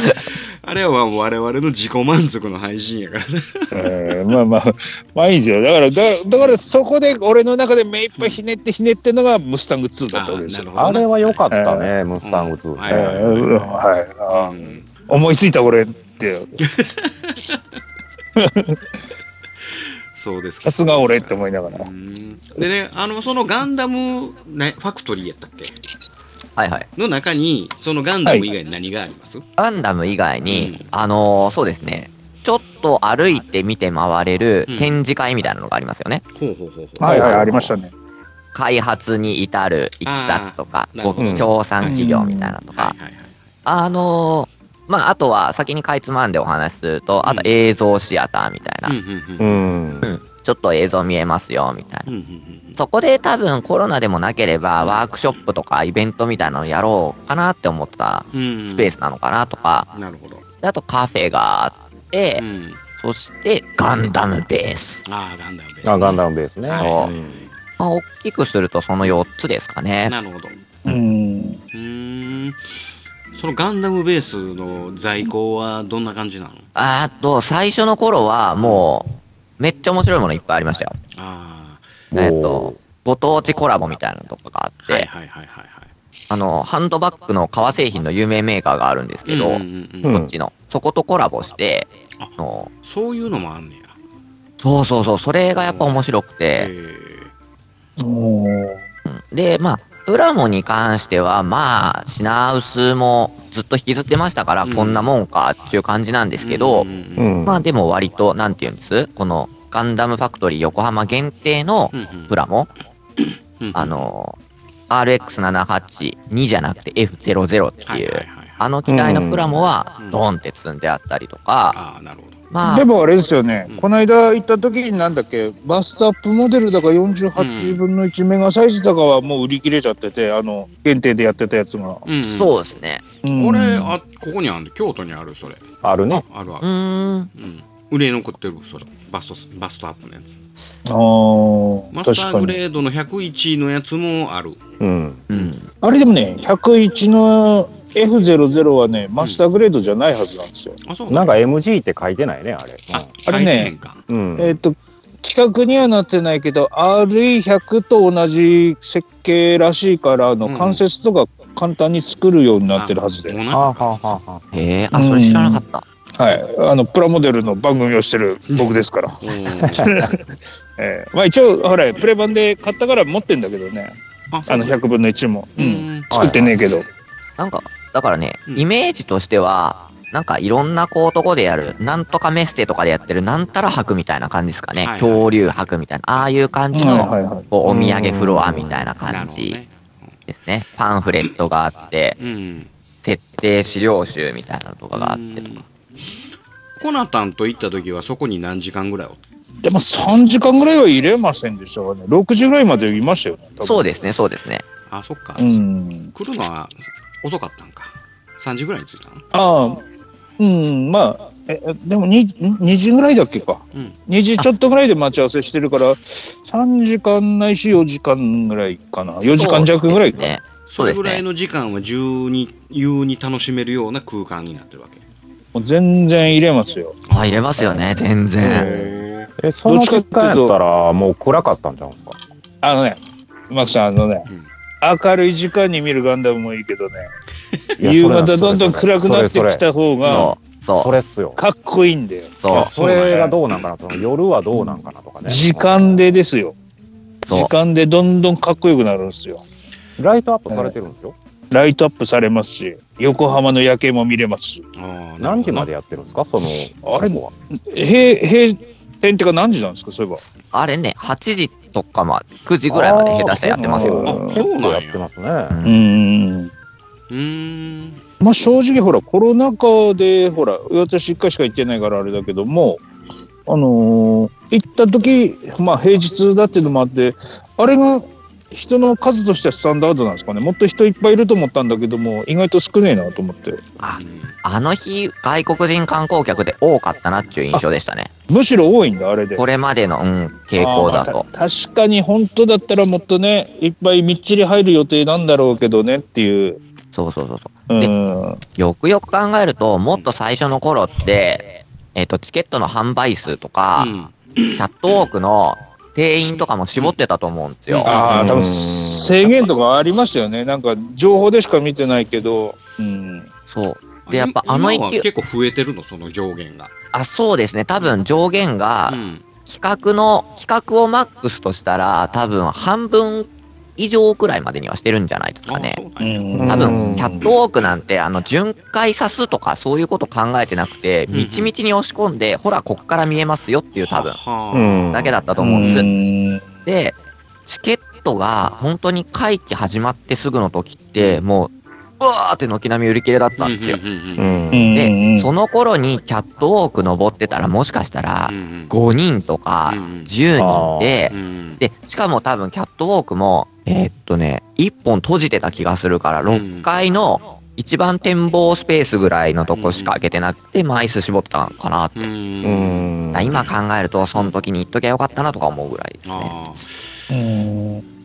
[SPEAKER 1] あれはもう我々の自己満足の配信やからな
[SPEAKER 4] えーまあまあ、まあいいんですよ。だから、だだからそこで俺の中で目いっぱいひねってひねってのがムスタング2だったわけですよ。
[SPEAKER 2] あれは良かった
[SPEAKER 4] は
[SPEAKER 2] ね、ムスタング2
[SPEAKER 1] はい
[SPEAKER 4] え
[SPEAKER 1] なる
[SPEAKER 2] ね。
[SPEAKER 1] ほど
[SPEAKER 4] ーうんはいあー
[SPEAKER 1] うん
[SPEAKER 4] 思いついた俺って、
[SPEAKER 1] そうですか
[SPEAKER 4] さすが俺って思いながら。
[SPEAKER 1] うんでねあのそのガンダム、ね、ファクトリーやったっけ
[SPEAKER 6] はいはい。
[SPEAKER 1] の中にそのガンダム以外に何があります、
[SPEAKER 6] ガンダム以外に、
[SPEAKER 1] うん
[SPEAKER 6] あのーそうですね、ちょっと歩いて見て回れる
[SPEAKER 1] うん
[SPEAKER 6] 展示会みたいなのがありますよね。
[SPEAKER 1] ほうほうほうほう
[SPEAKER 4] はいはい、ありましたね。
[SPEAKER 6] 開発に至るいきさつとか
[SPEAKER 1] あー、なる
[SPEAKER 6] ご
[SPEAKER 1] ほど
[SPEAKER 6] 協賛企業みたいなのとか
[SPEAKER 1] は、いはいはい
[SPEAKER 6] あのーまあ、あとは先にかいつまんでお話しすると、あと映像シアターみたいな、
[SPEAKER 1] うんうんうん
[SPEAKER 2] うん。
[SPEAKER 6] ちょっと映像見えますよみたいな。
[SPEAKER 1] うんうん
[SPEAKER 6] そこで多分コロナでもなければワークショップとかイベントみたいなのやろうかなって思った
[SPEAKER 1] うんうん
[SPEAKER 6] スペースなのかなとか、
[SPEAKER 1] なるほど、
[SPEAKER 6] であとカフェがあって
[SPEAKER 1] う、ん、
[SPEAKER 6] そしてガンダムベース。
[SPEAKER 1] ああガンダムです、ね、
[SPEAKER 2] あガンダムベースね。
[SPEAKER 1] はい
[SPEAKER 6] そう
[SPEAKER 2] うん
[SPEAKER 6] まあ、大きくするとその4つですかね。
[SPEAKER 1] なるほど
[SPEAKER 4] うん。
[SPEAKER 1] うーんそのガンダムベースの在庫はどんな感じなの
[SPEAKER 6] あと、最初の頃はもう、めっちゃ面白いものいっぱいありましたよ。
[SPEAKER 1] あ
[SPEAKER 6] えっ
[SPEAKER 2] お
[SPEAKER 6] と、ご当地コラボみたいなのとかがあっ
[SPEAKER 1] あ
[SPEAKER 6] て、
[SPEAKER 1] はいはいはいはいはい
[SPEAKER 6] あの、ハンドバッグの革製品の有名メーカーがあるんですけど、
[SPEAKER 1] うんうんうんう、
[SPEAKER 2] うんん
[SPEAKER 6] こっちの、そことコラボして、
[SPEAKER 1] あ
[SPEAKER 6] あの
[SPEAKER 1] そういうのもあんねや
[SPEAKER 6] そうそうそう、それがやっぱ面白くて、
[SPEAKER 1] え
[SPEAKER 4] おー
[SPEAKER 6] で、まあ、プラモに関しては、まあ、品薄もずっと引きずってましたから、
[SPEAKER 1] うん
[SPEAKER 6] こんなもんかっていう感じなんですけど、
[SPEAKER 2] うん
[SPEAKER 6] まあでも割と、なんて言うんですこのガンダムファクトリー横浜限定のプラモ、あの、RX782 じゃなくて F00 って
[SPEAKER 1] はい
[SPEAKER 6] い、
[SPEAKER 1] はいうはいはい
[SPEAKER 6] あの機体のプラモは
[SPEAKER 1] うん、
[SPEAKER 6] ドンって積んであったりとか、
[SPEAKER 1] ああなるほど
[SPEAKER 6] まあ
[SPEAKER 4] で、もあれですよね、
[SPEAKER 1] うん
[SPEAKER 4] この間行った時になんだっけバストアップモデルだか
[SPEAKER 1] う
[SPEAKER 4] 48
[SPEAKER 1] ん
[SPEAKER 4] 分の1メガサイズだかはもう売り切れちゃっててあの限定でやってたやつが、
[SPEAKER 1] うんうん
[SPEAKER 6] そうですね。
[SPEAKER 4] うん
[SPEAKER 1] これあここにある京都にあるそれ
[SPEAKER 2] あるね。
[SPEAKER 1] あるあ
[SPEAKER 6] う
[SPEAKER 1] る、
[SPEAKER 6] ーん。
[SPEAKER 1] うん、売れ残ってるそれバストスバストアップのやつ
[SPEAKER 4] あー
[SPEAKER 1] マスタ
[SPEAKER 4] 確
[SPEAKER 1] ー
[SPEAKER 4] か
[SPEAKER 1] グ
[SPEAKER 4] に
[SPEAKER 1] レードの101のやつもある
[SPEAKER 2] うん。
[SPEAKER 6] うん、
[SPEAKER 4] あれでもね101の F00 はねマスターグレードじゃないはずなんですよ、
[SPEAKER 1] あそう
[SPEAKER 2] なんか MG って書いてないね、あれ。
[SPEAKER 1] あ
[SPEAKER 4] あれね
[SPEAKER 1] 回転か
[SPEAKER 2] うん。
[SPEAKER 4] えっ、と企画にはなってないけど RE100 と同じ設計らしいからあ
[SPEAKER 1] うん
[SPEAKER 4] の関節とか簡単に作るようになってるはずで、
[SPEAKER 1] もう
[SPEAKER 2] あ
[SPEAKER 1] な
[SPEAKER 2] ーはあはあはあ。
[SPEAKER 6] へえ、あ、それ知らなかった。
[SPEAKER 4] はい、あのプラモデルの番組をしてる僕ですから、
[SPEAKER 1] うん
[SPEAKER 4] えーまあ、一応ほらプレ版で買ったから持ってんだけどね
[SPEAKER 1] あそう
[SPEAKER 4] あの100分の1も、う、
[SPEAKER 1] うんん
[SPEAKER 4] 作ってねえけど、
[SPEAKER 6] なんか、だからね、
[SPEAKER 1] うん
[SPEAKER 6] イメージとしては、なんかいろんなこうとこでやる、なんとかメッセとかでやってる、なんたら博みたいな感じですかね。
[SPEAKER 1] はいはい
[SPEAKER 6] 恐竜博みたいな、ああいう感じの、
[SPEAKER 4] はいはいはい
[SPEAKER 6] こうお土産フロアみたいな
[SPEAKER 1] な
[SPEAKER 6] 感
[SPEAKER 1] るほど
[SPEAKER 6] じ
[SPEAKER 1] ね
[SPEAKER 6] ですね。パンフレットがあって、
[SPEAKER 1] うん
[SPEAKER 6] 設定資料集みたいなのとかがあってとか。
[SPEAKER 1] コナタンと行った時はそこに何時間ぐらいおっ
[SPEAKER 4] でも3時間ぐらいは入れませんでしたからね6時ぐらいまでいましたよね多分
[SPEAKER 6] そうですね、そうですね。
[SPEAKER 1] あそっか、
[SPEAKER 4] うん
[SPEAKER 1] 来るのは遅かったんか3時ぐらいに着いたの
[SPEAKER 4] ああうんまあえでも 2, 2時ぐらいだっけか
[SPEAKER 1] うん
[SPEAKER 4] 2時ちょっとぐらいで待ち合わせしてるから3時間ないし4時間ぐらいかな4時間弱ぐらい
[SPEAKER 6] そうで
[SPEAKER 4] か
[SPEAKER 6] すね。
[SPEAKER 1] そ
[SPEAKER 6] そう
[SPEAKER 1] れ
[SPEAKER 6] です
[SPEAKER 1] ぐ
[SPEAKER 6] ね
[SPEAKER 1] らいの時間は十に優に楽しめるような空間になってるわけ
[SPEAKER 4] もう全然入れますよ
[SPEAKER 6] あ、入れますよね、全然。
[SPEAKER 1] へ
[SPEAKER 2] え、その結果やったら、もう暗かったんじゃうんすか。
[SPEAKER 4] あのねマクさんあのね、
[SPEAKER 1] うん
[SPEAKER 4] 明るい時間に見るガンダムもいいけどね
[SPEAKER 2] いや
[SPEAKER 4] 夕方どんどん
[SPEAKER 2] それ
[SPEAKER 4] 暗くなってきた方が
[SPEAKER 6] そう、そう、
[SPEAKER 2] それっすよ。
[SPEAKER 4] かっこいいんだよ
[SPEAKER 6] そう、
[SPEAKER 2] それがどうなんかなと、夜はどうなんかなとかね。
[SPEAKER 4] 時間でですよ
[SPEAKER 6] そう
[SPEAKER 4] 時間でどんどんかっこよくなるんですよ
[SPEAKER 2] ライトアップされてるんですよ。
[SPEAKER 4] ライトアップされますし横浜の夜景も見れますし
[SPEAKER 1] ー
[SPEAKER 2] 何時ま
[SPEAKER 1] で
[SPEAKER 2] でやってるんですか、その。
[SPEAKER 4] あれ
[SPEAKER 2] も。
[SPEAKER 4] 閉閉店ってか何時なんですかそういえば
[SPEAKER 6] あれね、8時とかまで、9時ぐらいまで下手したらやってますよ。
[SPEAKER 4] あー
[SPEAKER 1] あ
[SPEAKER 2] 結
[SPEAKER 1] そう
[SPEAKER 2] 構
[SPEAKER 1] な
[SPEAKER 2] や
[SPEAKER 1] ん
[SPEAKER 2] っ
[SPEAKER 1] や
[SPEAKER 2] てますね。
[SPEAKER 4] うん
[SPEAKER 1] うーん
[SPEAKER 4] まあ、正直ほらコロナ禍でほら私1回しか行ってないからあれだけどもあのー行った時まあ平日だっていうのもあってあれが人の数としてはスタンダードなんですかねもっと人いっぱいいると思ったんだけども意外と少ねえなと思って
[SPEAKER 6] ああの日、外国人観光客で多かったなっていう印象でしたね。
[SPEAKER 4] むしろ多いんだあれで
[SPEAKER 6] これまでの、うん、傾向だと。
[SPEAKER 4] あー確かに本当だったらもっとねいっぱいみっちり入る予定なんだろうけどねっていう
[SPEAKER 6] そうそうそうそうで
[SPEAKER 4] ん
[SPEAKER 6] う。よくよく考えると、もっと最初の頃って、えっ、と、チケットの販売数とか、
[SPEAKER 1] うん
[SPEAKER 6] チャットウォークの定員とかも絞ってたと思うんですよ。
[SPEAKER 4] ああ、多
[SPEAKER 6] うん
[SPEAKER 4] 分制限とかありましたよね。なんか情報でしか見てないけど。うん。
[SPEAKER 6] そう。でやっぱあの
[SPEAKER 1] 今は
[SPEAKER 6] 勢い
[SPEAKER 1] 結構増えてるのその上限が、
[SPEAKER 6] あ、そうですね。多分上限が
[SPEAKER 1] う、ん、
[SPEAKER 6] 企画の、企画をマックスとしたら、多分半分以上くらいまでにはしてるんじゃないですかね。
[SPEAKER 1] あそうな
[SPEAKER 4] うん
[SPEAKER 1] や
[SPEAKER 6] 多分、
[SPEAKER 4] んうん
[SPEAKER 6] キャットウォークなんて、あの、巡回さすとか、そういうこと考えてなくて、
[SPEAKER 1] んうん
[SPEAKER 6] みちみちに押し込んで、ほら、こっから見えますよっていう、多分、
[SPEAKER 1] は
[SPEAKER 2] う
[SPEAKER 1] は
[SPEAKER 2] ん
[SPEAKER 6] だけだったと
[SPEAKER 4] う
[SPEAKER 6] 思うんです。
[SPEAKER 4] ん
[SPEAKER 6] で、チケットが、本当に会期始まってすぐの時って、もう、うわーって軒並み売り切れだったんですよ。
[SPEAKER 1] うんうんうん
[SPEAKER 2] う
[SPEAKER 1] うん
[SPEAKER 2] ん
[SPEAKER 6] で、その頃にキャットウォーク登ってたら、もしかしたら
[SPEAKER 1] う、ん
[SPEAKER 6] 5人とか
[SPEAKER 1] うんうん
[SPEAKER 6] 10人で
[SPEAKER 1] う、ん
[SPEAKER 6] で、しかも多分キャットウォークも、えーっとね、1本閉じてた気がするから、6階の一番展望スペースぐらいのとこしか開けてなくて、枚数絞ったんかな。
[SPEAKER 1] うんうん
[SPEAKER 2] う
[SPEAKER 1] うん
[SPEAKER 2] ん
[SPEAKER 6] だ今考えると、その時に行っときゃよかったなとか思うぐらいですね。
[SPEAKER 1] あー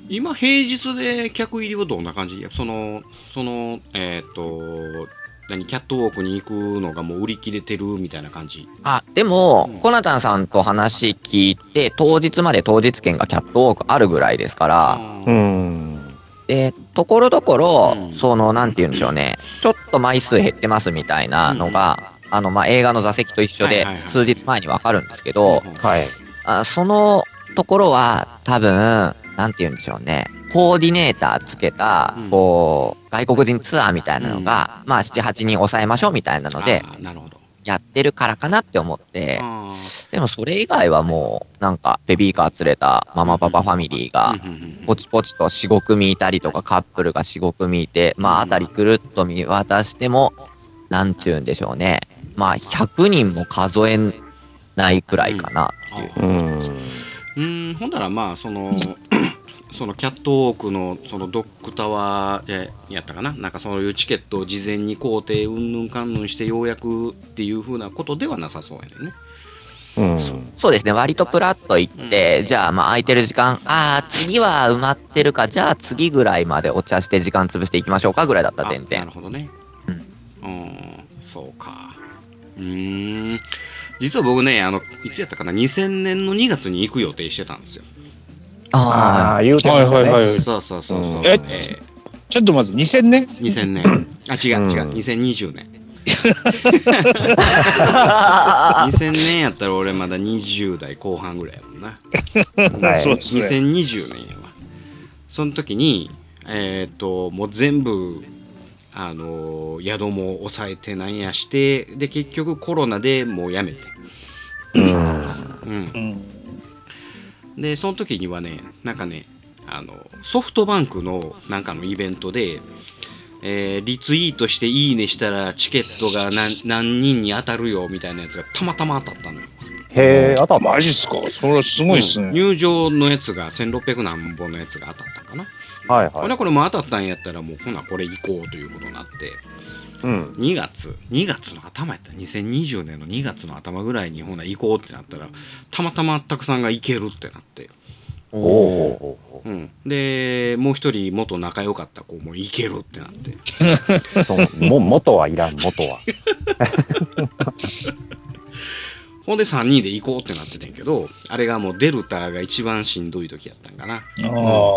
[SPEAKER 1] 今平日で客入りはどんな感じそのそのえーっ、と何キャットウォークに行くのがもう売り切れてるみたいな感じ
[SPEAKER 6] あ、でも
[SPEAKER 1] うん、
[SPEAKER 6] コナタンさんと話聞いて、当日まで当日券がキャットウォークあるぐらいですから、
[SPEAKER 1] あ
[SPEAKER 2] う
[SPEAKER 1] ー
[SPEAKER 2] ん
[SPEAKER 6] で、ところどころ
[SPEAKER 1] うん、
[SPEAKER 6] その、なんて言うんでしょうね、ちょっと枚数減ってますみたいなのが、あの、まあ、映画の座席と一緒
[SPEAKER 1] はい
[SPEAKER 6] で
[SPEAKER 1] はいはい、
[SPEAKER 6] 数日前にわかるんですけど
[SPEAKER 1] う、ん
[SPEAKER 2] はい
[SPEAKER 6] あそのところは多分、なんて言うんでしょうね。コーディネーターつけた
[SPEAKER 1] うん、
[SPEAKER 6] こう、外国人ツアーみたいなのが、まあ、7、8人抑えましょうみたいなので
[SPEAKER 1] あ、ーなるほど
[SPEAKER 6] やってるからかなって思って、
[SPEAKER 1] あ
[SPEAKER 6] でもそれ以外はもう、なんか、ベビーカー連れたママパパファミリーが
[SPEAKER 1] ー、うんうんうん
[SPEAKER 6] ポチポチと4、5組いたりとか、カップルが4、5組いて、まあ、あたりくるっと見渡しても、なんちゅうんでしょうね。まあ、100人も数えないくらいかなっていう。
[SPEAKER 2] うん
[SPEAKER 1] うんほんだらまあそ (laughs) のそのキャットウォークのそのドックタワーでやったかななんかそういうチケットを事前に工程うんぬんかんぬんしてようやくっていうふうなことではなさそうやねんね
[SPEAKER 2] うん
[SPEAKER 6] そうですね、割とプラッと行って、
[SPEAKER 1] うん
[SPEAKER 6] じゃあ、まあ空いてる時間、ああ、次は埋まってるか、じゃあ次ぐらいまでお茶して時間潰していきましょうかぐらいだった、
[SPEAKER 1] あ
[SPEAKER 6] 全
[SPEAKER 1] な
[SPEAKER 6] 然
[SPEAKER 1] る。ほどねうんそうかうーん実は僕ねあのいつやったかな2000年の2月に行く予定してたんですよ
[SPEAKER 2] ああ言うてま
[SPEAKER 4] はい
[SPEAKER 2] した
[SPEAKER 4] はい
[SPEAKER 2] ね
[SPEAKER 4] はい。
[SPEAKER 1] そうそうそうそう
[SPEAKER 2] うん
[SPEAKER 4] え
[SPEAKER 1] えー
[SPEAKER 4] ちょっとまず2000年
[SPEAKER 1] 2000年あ違う違う
[SPEAKER 2] うん
[SPEAKER 1] 2020年
[SPEAKER 2] (laughs)
[SPEAKER 6] あー
[SPEAKER 1] 2000年やったら俺まだ20代後半ぐらいやもんな
[SPEAKER 2] はい
[SPEAKER 4] そうですね。
[SPEAKER 1] 2020年やわその時にえっ、ともう全部あのー宿も抑えてなんやしてで結局コロナでもうやめて、
[SPEAKER 2] うん
[SPEAKER 1] うん
[SPEAKER 4] うん
[SPEAKER 1] でその時にはねなんかねあのソフトバンクのなんかのイベントで、えーリツイートして「いいね」したらチケットが何何人に当たるよみたいなやつがたまたま当たったのよ
[SPEAKER 2] へえ当たった
[SPEAKER 4] マジっすかそれはすごいっす
[SPEAKER 1] うん
[SPEAKER 4] ね。
[SPEAKER 1] 入場のやつが1600何本のやつが当たったんかな
[SPEAKER 2] はい
[SPEAKER 1] ほ
[SPEAKER 2] は
[SPEAKER 1] ないこれも当たったんやったらもうほなこれ行こうということになって
[SPEAKER 2] うん
[SPEAKER 1] 2月2月の頭やった2020年の2月の頭ぐらいにほな行こうってなったらたまたまたくさんが行けるってなって、
[SPEAKER 2] おお
[SPEAKER 1] うん、でもう一人元仲良かった子も行けるってなって
[SPEAKER 2] そうも (laughs) 元はいらん元は
[SPEAKER 1] ほんで3人で行こうってなっててんけどあれがもうデルタが一番しんどい時やったんかな
[SPEAKER 4] あ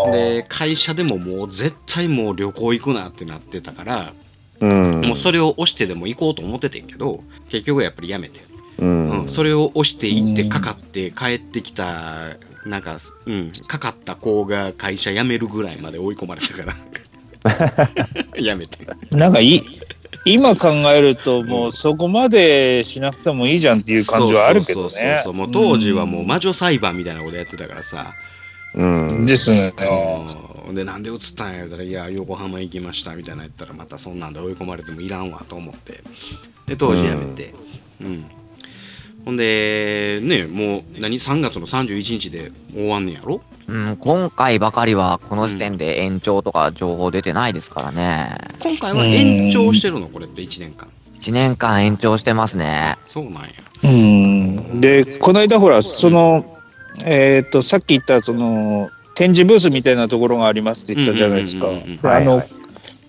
[SPEAKER 4] あ。
[SPEAKER 1] で会社でももう絶対もう旅行行くなってなってたから
[SPEAKER 2] うん
[SPEAKER 1] もうそれを押してでも行こうと思っててんけど結局やっぱりやめて
[SPEAKER 2] う
[SPEAKER 1] うんん、それを押していって
[SPEAKER 4] うん
[SPEAKER 1] かかって帰ってきたなんか、うん、かかった子が会社辞めるぐらいまで追い込まれたから (laughs) 辞めて
[SPEAKER 4] なんかい今考えるともうそこまでしなくてもいいじゃんっていう感じはあるけど
[SPEAKER 1] そうそうそう
[SPEAKER 4] ね
[SPEAKER 1] そう。もう当時はもう
[SPEAKER 4] う
[SPEAKER 1] 魔女裁判みたいなことやってたからさ、
[SPEAKER 2] うん
[SPEAKER 4] んですね。
[SPEAKER 1] うんほんでなんで映ったんや言うたら「いや横浜行きました」みたいなやったらまたそんなんで追い込まれてもいらんわと思ってで当時やめてうん、ほんでねもう何3月の31日で終わんねやろ
[SPEAKER 6] うん、今回ばかりはこの時点で延長とか情報出てないですからね。
[SPEAKER 1] 今回は延長してるのこれって1年間
[SPEAKER 6] 1年間延長してますね。
[SPEAKER 1] そうなんや
[SPEAKER 4] うんでこの間ほらそのえっ、とさっき言ったその展示ブースみたいなところがありますって言ったじゃないですか
[SPEAKER 1] うんうんうんうん
[SPEAKER 4] であ
[SPEAKER 6] は
[SPEAKER 4] の
[SPEAKER 6] い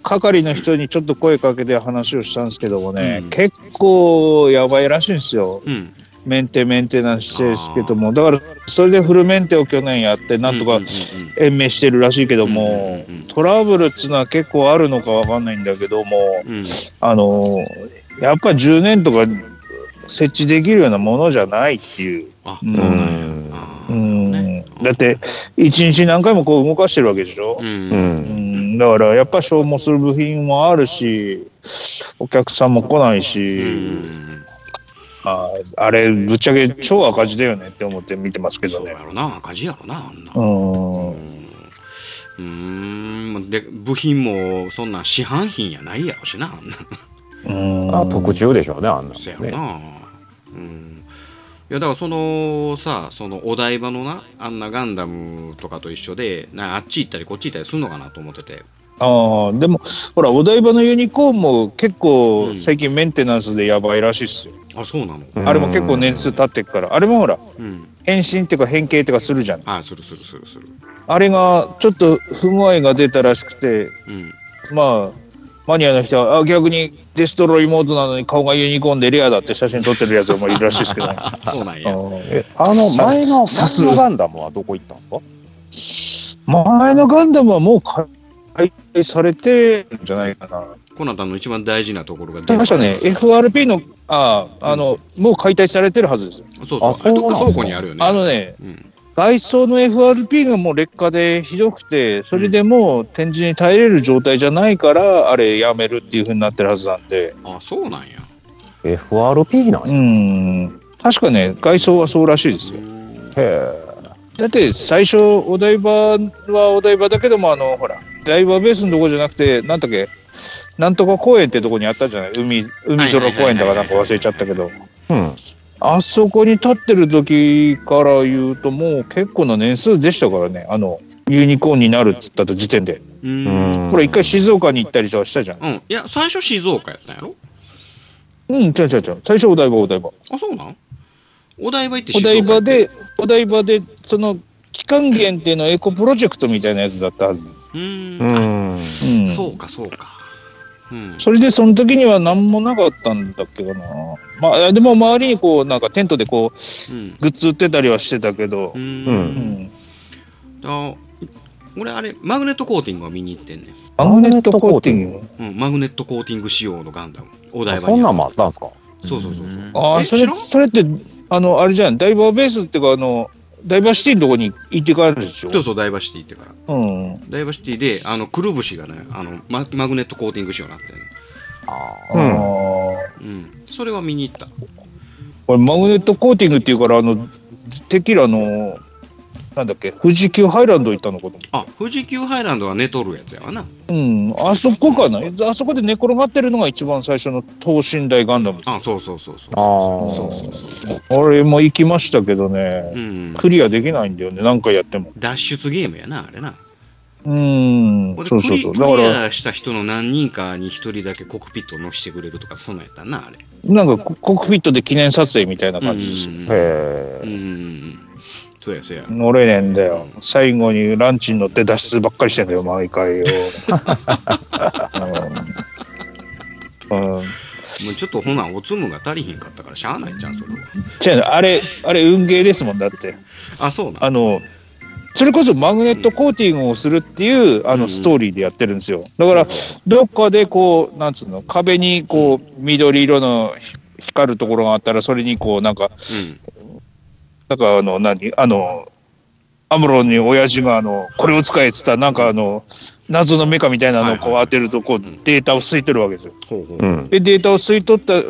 [SPEAKER 4] 係の人にちょっと声かけて話をしたんですけどもね、
[SPEAKER 1] うん
[SPEAKER 4] 結構やばいらしいんですよ
[SPEAKER 1] うん
[SPEAKER 4] メンテメンテナンスしてるんですけどもだからそれでフルメンテを去年やってなんと
[SPEAKER 1] う
[SPEAKER 4] か
[SPEAKER 1] んうんうん
[SPEAKER 4] 延命してるらしいけども、
[SPEAKER 1] うんうんうん
[SPEAKER 4] トラブルっつうのは結構あるのかわかんないんだけども、
[SPEAKER 1] うん
[SPEAKER 4] あのやっぱ10年とか設置できるようなものじゃないっていう。
[SPEAKER 1] あ
[SPEAKER 4] うん
[SPEAKER 1] そうなんやあ
[SPEAKER 4] う
[SPEAKER 1] ー
[SPEAKER 4] ん
[SPEAKER 1] ね
[SPEAKER 4] だって1日何回もこう動かしてるわけでしょ
[SPEAKER 1] う、ん
[SPEAKER 2] うん
[SPEAKER 4] うんだからやっぱ消耗する部品もあるしお客さんも来ないし、
[SPEAKER 1] うん
[SPEAKER 4] ああれぶっちゃけ超赤字だよねって思って見てますけど
[SPEAKER 1] そう
[SPEAKER 4] ね
[SPEAKER 1] や。ろな赤字やろなあんな
[SPEAKER 4] うん
[SPEAKER 1] うーんで部品もそんな市販品やないやろしなあんな
[SPEAKER 4] うん
[SPEAKER 2] あ特注でしょうねあんな
[SPEAKER 1] そや
[SPEAKER 2] の
[SPEAKER 1] ろ
[SPEAKER 2] ね
[SPEAKER 1] な、うんいやだからそのさそのお台場のなあんなガンダムとかと一緒でなあっち行ったりこっち行ったりするのかなと思ってて
[SPEAKER 4] ああでもほらお台場のユニコーンも結
[SPEAKER 1] う
[SPEAKER 4] 構
[SPEAKER 1] ん
[SPEAKER 4] 最近メンテナンスでやばいらしいっすよ、
[SPEAKER 1] あそうなの
[SPEAKER 2] うん
[SPEAKER 4] あれも結構年数経ってっからあれもほら
[SPEAKER 1] うん
[SPEAKER 4] 変身っていうか変形っていうかするじゃん
[SPEAKER 1] あするするするする
[SPEAKER 4] あれがちょっと不具合が出たらしくて
[SPEAKER 1] うん
[SPEAKER 4] まあマニアの人はあ逆にデストロイモードなのに顔がユニコーンでレアだって写真撮ってるやつもいる (laughs) らしいですけどね、
[SPEAKER 1] あそうなんや
[SPEAKER 4] う
[SPEAKER 2] えあの
[SPEAKER 4] さ
[SPEAKER 2] 前の
[SPEAKER 4] さす
[SPEAKER 2] 前のガンダムはどこ行ったんですか
[SPEAKER 4] ん前のガンダムはもう解体されてるんじゃないかな
[SPEAKER 1] コナタンの一番大事なところが出
[SPEAKER 4] 確かね FRP のああの、もう解体されてるはずですよ
[SPEAKER 1] そうそうあ
[SPEAKER 2] あそう
[SPEAKER 1] れ
[SPEAKER 2] なん
[SPEAKER 1] どっ
[SPEAKER 2] だ
[SPEAKER 1] か倉庫にあるよね
[SPEAKER 4] あのね
[SPEAKER 1] うん
[SPEAKER 4] 外装の FRP がもう劣化でひどくてそれでもう展示に耐えれる状態じゃないからあれやめるっていうふうになってるはずなんで
[SPEAKER 1] あそうなんや
[SPEAKER 2] FRP なんや、
[SPEAKER 4] うん確かね外装はそうらしいですよ
[SPEAKER 2] へ
[SPEAKER 4] だって最初お台場はお台場だけどもあのほら台場ベースのとこじゃなくてなんだっけなんとか公園ってとこにあったじゃない海海空公園だかなんか忘れちゃったけど
[SPEAKER 2] えうん
[SPEAKER 4] あそこに立ってる時から言うともう結構な年数でしたからねあのユニコーンになるっつったと時点で
[SPEAKER 1] うん
[SPEAKER 2] うん
[SPEAKER 4] ほら一回静岡に行ったりとかしたじゃん
[SPEAKER 1] うんいや最初静岡やったんやろ
[SPEAKER 4] うん違う違う違う最初お台場お台場
[SPEAKER 1] あそうなんお台場行って
[SPEAKER 4] お
[SPEAKER 1] 静岡行って
[SPEAKER 4] 台場でお台場でその期間限定のエコプロジェクトみたいなやつだったはず、
[SPEAKER 1] うー
[SPEAKER 2] うんん
[SPEAKER 4] うん、
[SPEAKER 1] あそうかそうかうん
[SPEAKER 4] それでその時には何もなかったんだっけどなまあでも周りにこうなんかテントでこう
[SPEAKER 1] うん
[SPEAKER 4] グッズ売ってたりはしてたけど
[SPEAKER 1] う、ん、
[SPEAKER 4] うん、
[SPEAKER 1] あ俺あれマグネットコーティングを見に行ってんね
[SPEAKER 4] マグネットコーティング
[SPEAKER 1] ん、うん、マグネットコーティング仕様のガンダムお台
[SPEAKER 2] あ
[SPEAKER 1] 場
[SPEAKER 2] そんなん
[SPEAKER 1] ん
[SPEAKER 2] もあったんですか
[SPEAKER 1] そうそうそうそう
[SPEAKER 6] うん
[SPEAKER 4] あ
[SPEAKER 1] え
[SPEAKER 4] あ、それ
[SPEAKER 1] 知らん、
[SPEAKER 4] それって、あの、あれじゃん、ダイバーベースっていうか、あの、ダイバーシティのとこに行って帰るでしょ
[SPEAKER 1] そうそうダイバーシティ行ってから
[SPEAKER 4] うん。うん。
[SPEAKER 1] ダイバーシティであのくるぶしがねあのママグネットコーティング仕様になってんね
[SPEAKER 2] うん
[SPEAKER 1] うんそれは見に行った
[SPEAKER 4] これマグネットコーティングっていうから、あの、てっきりあの、なんだっけ、富士急ハイランド行ったのかと思
[SPEAKER 1] あ富士急ハイランドは寝とるやつやわな
[SPEAKER 4] う。うん、あそこかな。あそこで寝転がってるのが一番最初の等身大ガンダムです。
[SPEAKER 1] あそうそうそうそう
[SPEAKER 2] あー
[SPEAKER 1] そうそうそうそう
[SPEAKER 4] あれも行きましたけどね、
[SPEAKER 1] うん
[SPEAKER 4] クリアできないんだよね、何回やっても。
[SPEAKER 1] 脱出ゲームやなあれな
[SPEAKER 4] うん
[SPEAKER 1] ほん、で
[SPEAKER 4] そうそうそう。
[SPEAKER 1] ク
[SPEAKER 4] だ
[SPEAKER 1] リ
[SPEAKER 4] か
[SPEAKER 1] クリ
[SPEAKER 4] ら、
[SPEAKER 1] アした人の何人かに一人だけコクピットを乗してくれるとかそんなんやったなあれ
[SPEAKER 4] なんかココックピットで記念撮影みたいな感じです。
[SPEAKER 1] うんうんうん
[SPEAKER 2] へ
[SPEAKER 1] う
[SPEAKER 2] え
[SPEAKER 1] んうんうんそうやそうや
[SPEAKER 4] 乗れねえんだよ最後にランチに乗って脱出ばっかりしてんだよ
[SPEAKER 1] (laughs)
[SPEAKER 4] 毎回よ、うんうん、
[SPEAKER 1] もうちょっとほなおつむが足りひんかったからしゃあないじゃんそれは
[SPEAKER 4] 違うのあれあれ運ゲーですもんだって
[SPEAKER 1] あそうな
[SPEAKER 4] あのそれこそマグネットコーティングをするっていうあ
[SPEAKER 1] うんう
[SPEAKER 4] の
[SPEAKER 1] ん
[SPEAKER 4] ストーリーでやってるんですよだからどっかでこうなんつうの壁にこう緑色のひ光るところがあったらそれにこうなんか
[SPEAKER 1] う
[SPEAKER 4] なんかあの何あのアムロに親父があの、これを使えっつったら、なんかあの、謎のメカみたいなのをこう当てると、こうデータを吸い取るわけですよ。
[SPEAKER 1] ほうほう
[SPEAKER 2] うん。
[SPEAKER 4] で、データを吸い取った、う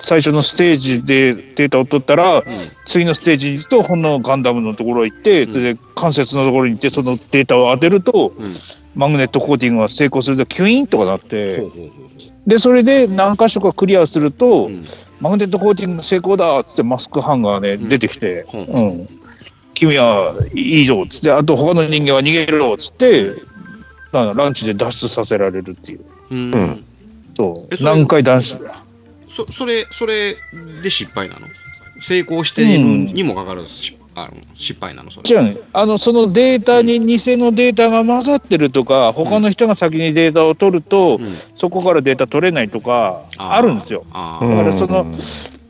[SPEAKER 4] 最初のステージでデータを取ったら、次のステージに行くと、ほんのガンダムのところへ行って、
[SPEAKER 1] うん
[SPEAKER 4] で、関節のところに行って、そのデータを当てると、
[SPEAKER 1] うん
[SPEAKER 4] マグネットコーティングが成功すると、キュイーンとかなっ
[SPEAKER 1] ほう
[SPEAKER 4] て、
[SPEAKER 1] ほうほう
[SPEAKER 4] で、それで何箇所かクリアすると、
[SPEAKER 1] うん
[SPEAKER 4] マグネットコーティング成功だっつってマスクハンガーね、
[SPEAKER 1] うん
[SPEAKER 4] 出てきて、
[SPEAKER 1] うん
[SPEAKER 4] うん、君はいいぞっつって、あと他の人間は逃げろっつって、あのランチで脱出させられるっていう。
[SPEAKER 1] うん
[SPEAKER 2] うん
[SPEAKER 4] そ
[SPEAKER 1] え
[SPEAKER 4] う
[SPEAKER 1] それ
[SPEAKER 4] 何回脱出
[SPEAKER 1] そそれそれで失敗なの成功しているにもかかわらず失あの失敗なのそれ
[SPEAKER 4] じゃあね、あのそのデータに偽のデータが混ざってるとか、他の人が先にデータを取ると、
[SPEAKER 1] うん
[SPEAKER 4] そこからデータ取れないとか、
[SPEAKER 1] あー
[SPEAKER 4] あるんですよ。
[SPEAKER 1] あ
[SPEAKER 2] う
[SPEAKER 1] あ
[SPEAKER 2] ん
[SPEAKER 4] だからその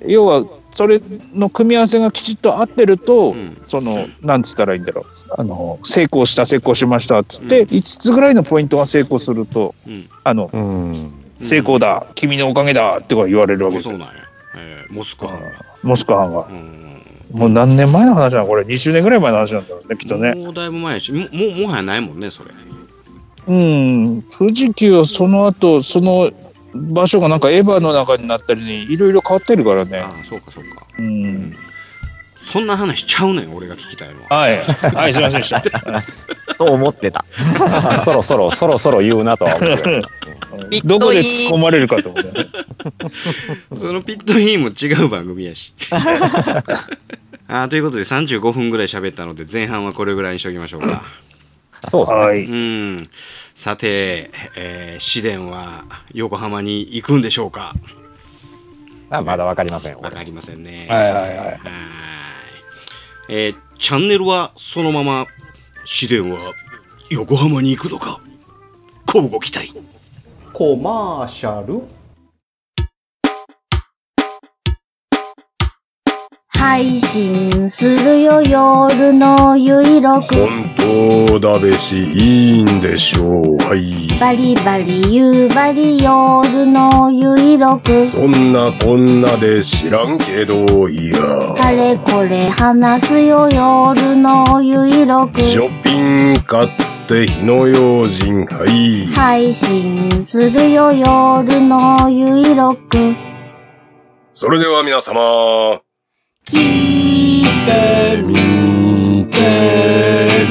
[SPEAKER 4] 要は、それの組み合わせがきちっと合ってると、
[SPEAKER 1] うん
[SPEAKER 4] その、なんつったらいいんだろう。あの、成功した、成功しました、つって、5つぐらいのポイントが成功すると、
[SPEAKER 1] うん
[SPEAKER 4] あの、
[SPEAKER 2] うん。
[SPEAKER 4] 成功だ、君のおかげだ、ってか言われるわけ
[SPEAKER 1] あ
[SPEAKER 4] です
[SPEAKER 1] そう
[SPEAKER 4] よ。
[SPEAKER 1] なんや、えー、モスクワ
[SPEAKER 4] モスクワは。
[SPEAKER 1] うん
[SPEAKER 4] もう何年前の話なのこれ、20年ぐらい前の話なんだろうね、きっとね。
[SPEAKER 1] もうだいぶ前やしももうもはやないもんねそれ
[SPEAKER 4] うん、富士急はその後、その、場所がなんかエヴァの中になったりにいろいろ変わってるからね。
[SPEAKER 1] ああそうかそうか
[SPEAKER 4] うん。
[SPEAKER 1] そんな話ちゃうねん俺が聞きたいのは
[SPEAKER 4] はい。はい、すいませんでした。
[SPEAKER 6] (laughs) と思ってた。
[SPEAKER 2] そろそろ、そろそろ言うなとは思うけ (laughs) ど。
[SPEAKER 4] どこで突っ込まれるかと思うね。
[SPEAKER 1] そのピットインも違う番組
[SPEAKER 4] (laughs)
[SPEAKER 1] やし (laughs) あーということで35分ぐらい喋ったので前半はこれぐらいにしておきましょうか
[SPEAKER 2] そうですね。
[SPEAKER 4] はい。
[SPEAKER 1] うんさて、えー、試練は横浜に行くんでしょうか
[SPEAKER 2] あまだわかりません。
[SPEAKER 1] わ
[SPEAKER 2] 俺
[SPEAKER 1] かりませんね。
[SPEAKER 4] はいはいはい
[SPEAKER 1] はーいえーチャンネルはそのまま、試練は横浜に行くのか、交互期待。
[SPEAKER 5] コマーシャル
[SPEAKER 8] 配信するよ夜のゆいろく
[SPEAKER 9] 本当だべしいいんでしょうはい
[SPEAKER 8] バリバリ夕張夜のゆいろく
[SPEAKER 9] そんなこんなで知らんけどい
[SPEAKER 8] あ
[SPEAKER 9] や
[SPEAKER 8] れこれ話すよ夜のゆいろく
[SPEAKER 9] ショッピング買って火の用心はい
[SPEAKER 8] 配信するよ夜のゆいろく
[SPEAKER 9] それでは皆様
[SPEAKER 8] 聞いて
[SPEAKER 9] 見て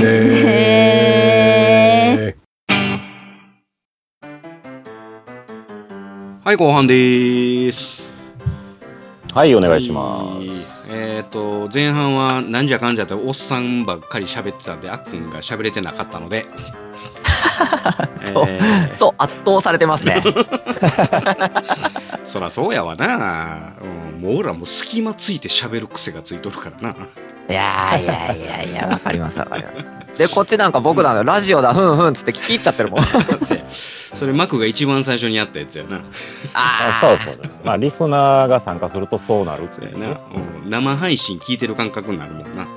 [SPEAKER 9] ね
[SPEAKER 1] はい、後半でーす。
[SPEAKER 2] はい、お願いします。
[SPEAKER 1] す。えっ、と、前半はなんじゃかんじゃとおっさんばっかり喋ってたんで、あっくんが喋れてなかったの
[SPEAKER 2] (laughs)
[SPEAKER 1] で。
[SPEAKER 6] そう
[SPEAKER 1] えー
[SPEAKER 6] そう、圧倒されてますね。
[SPEAKER 1] そらそうやわな、うん、もう俺らもう隙間ついて喋る癖がついとるから
[SPEAKER 2] (laughs)
[SPEAKER 1] ない
[SPEAKER 6] やーいやいやいや、わかりますわかります。で、こっちなんか僕なんかラジオだ、ふんふんっつって聞き入っちゃってるもん。あ
[SPEAKER 1] せやそれマクが一番最初にやったやつやな
[SPEAKER 2] あ
[SPEAKER 6] あ
[SPEAKER 2] そうそう。まあ、リスナーが参加するとそうなるって
[SPEAKER 1] そう
[SPEAKER 2] い
[SPEAKER 1] や
[SPEAKER 2] うね
[SPEAKER 1] な、うん生配信聞いてる感覚になるもんな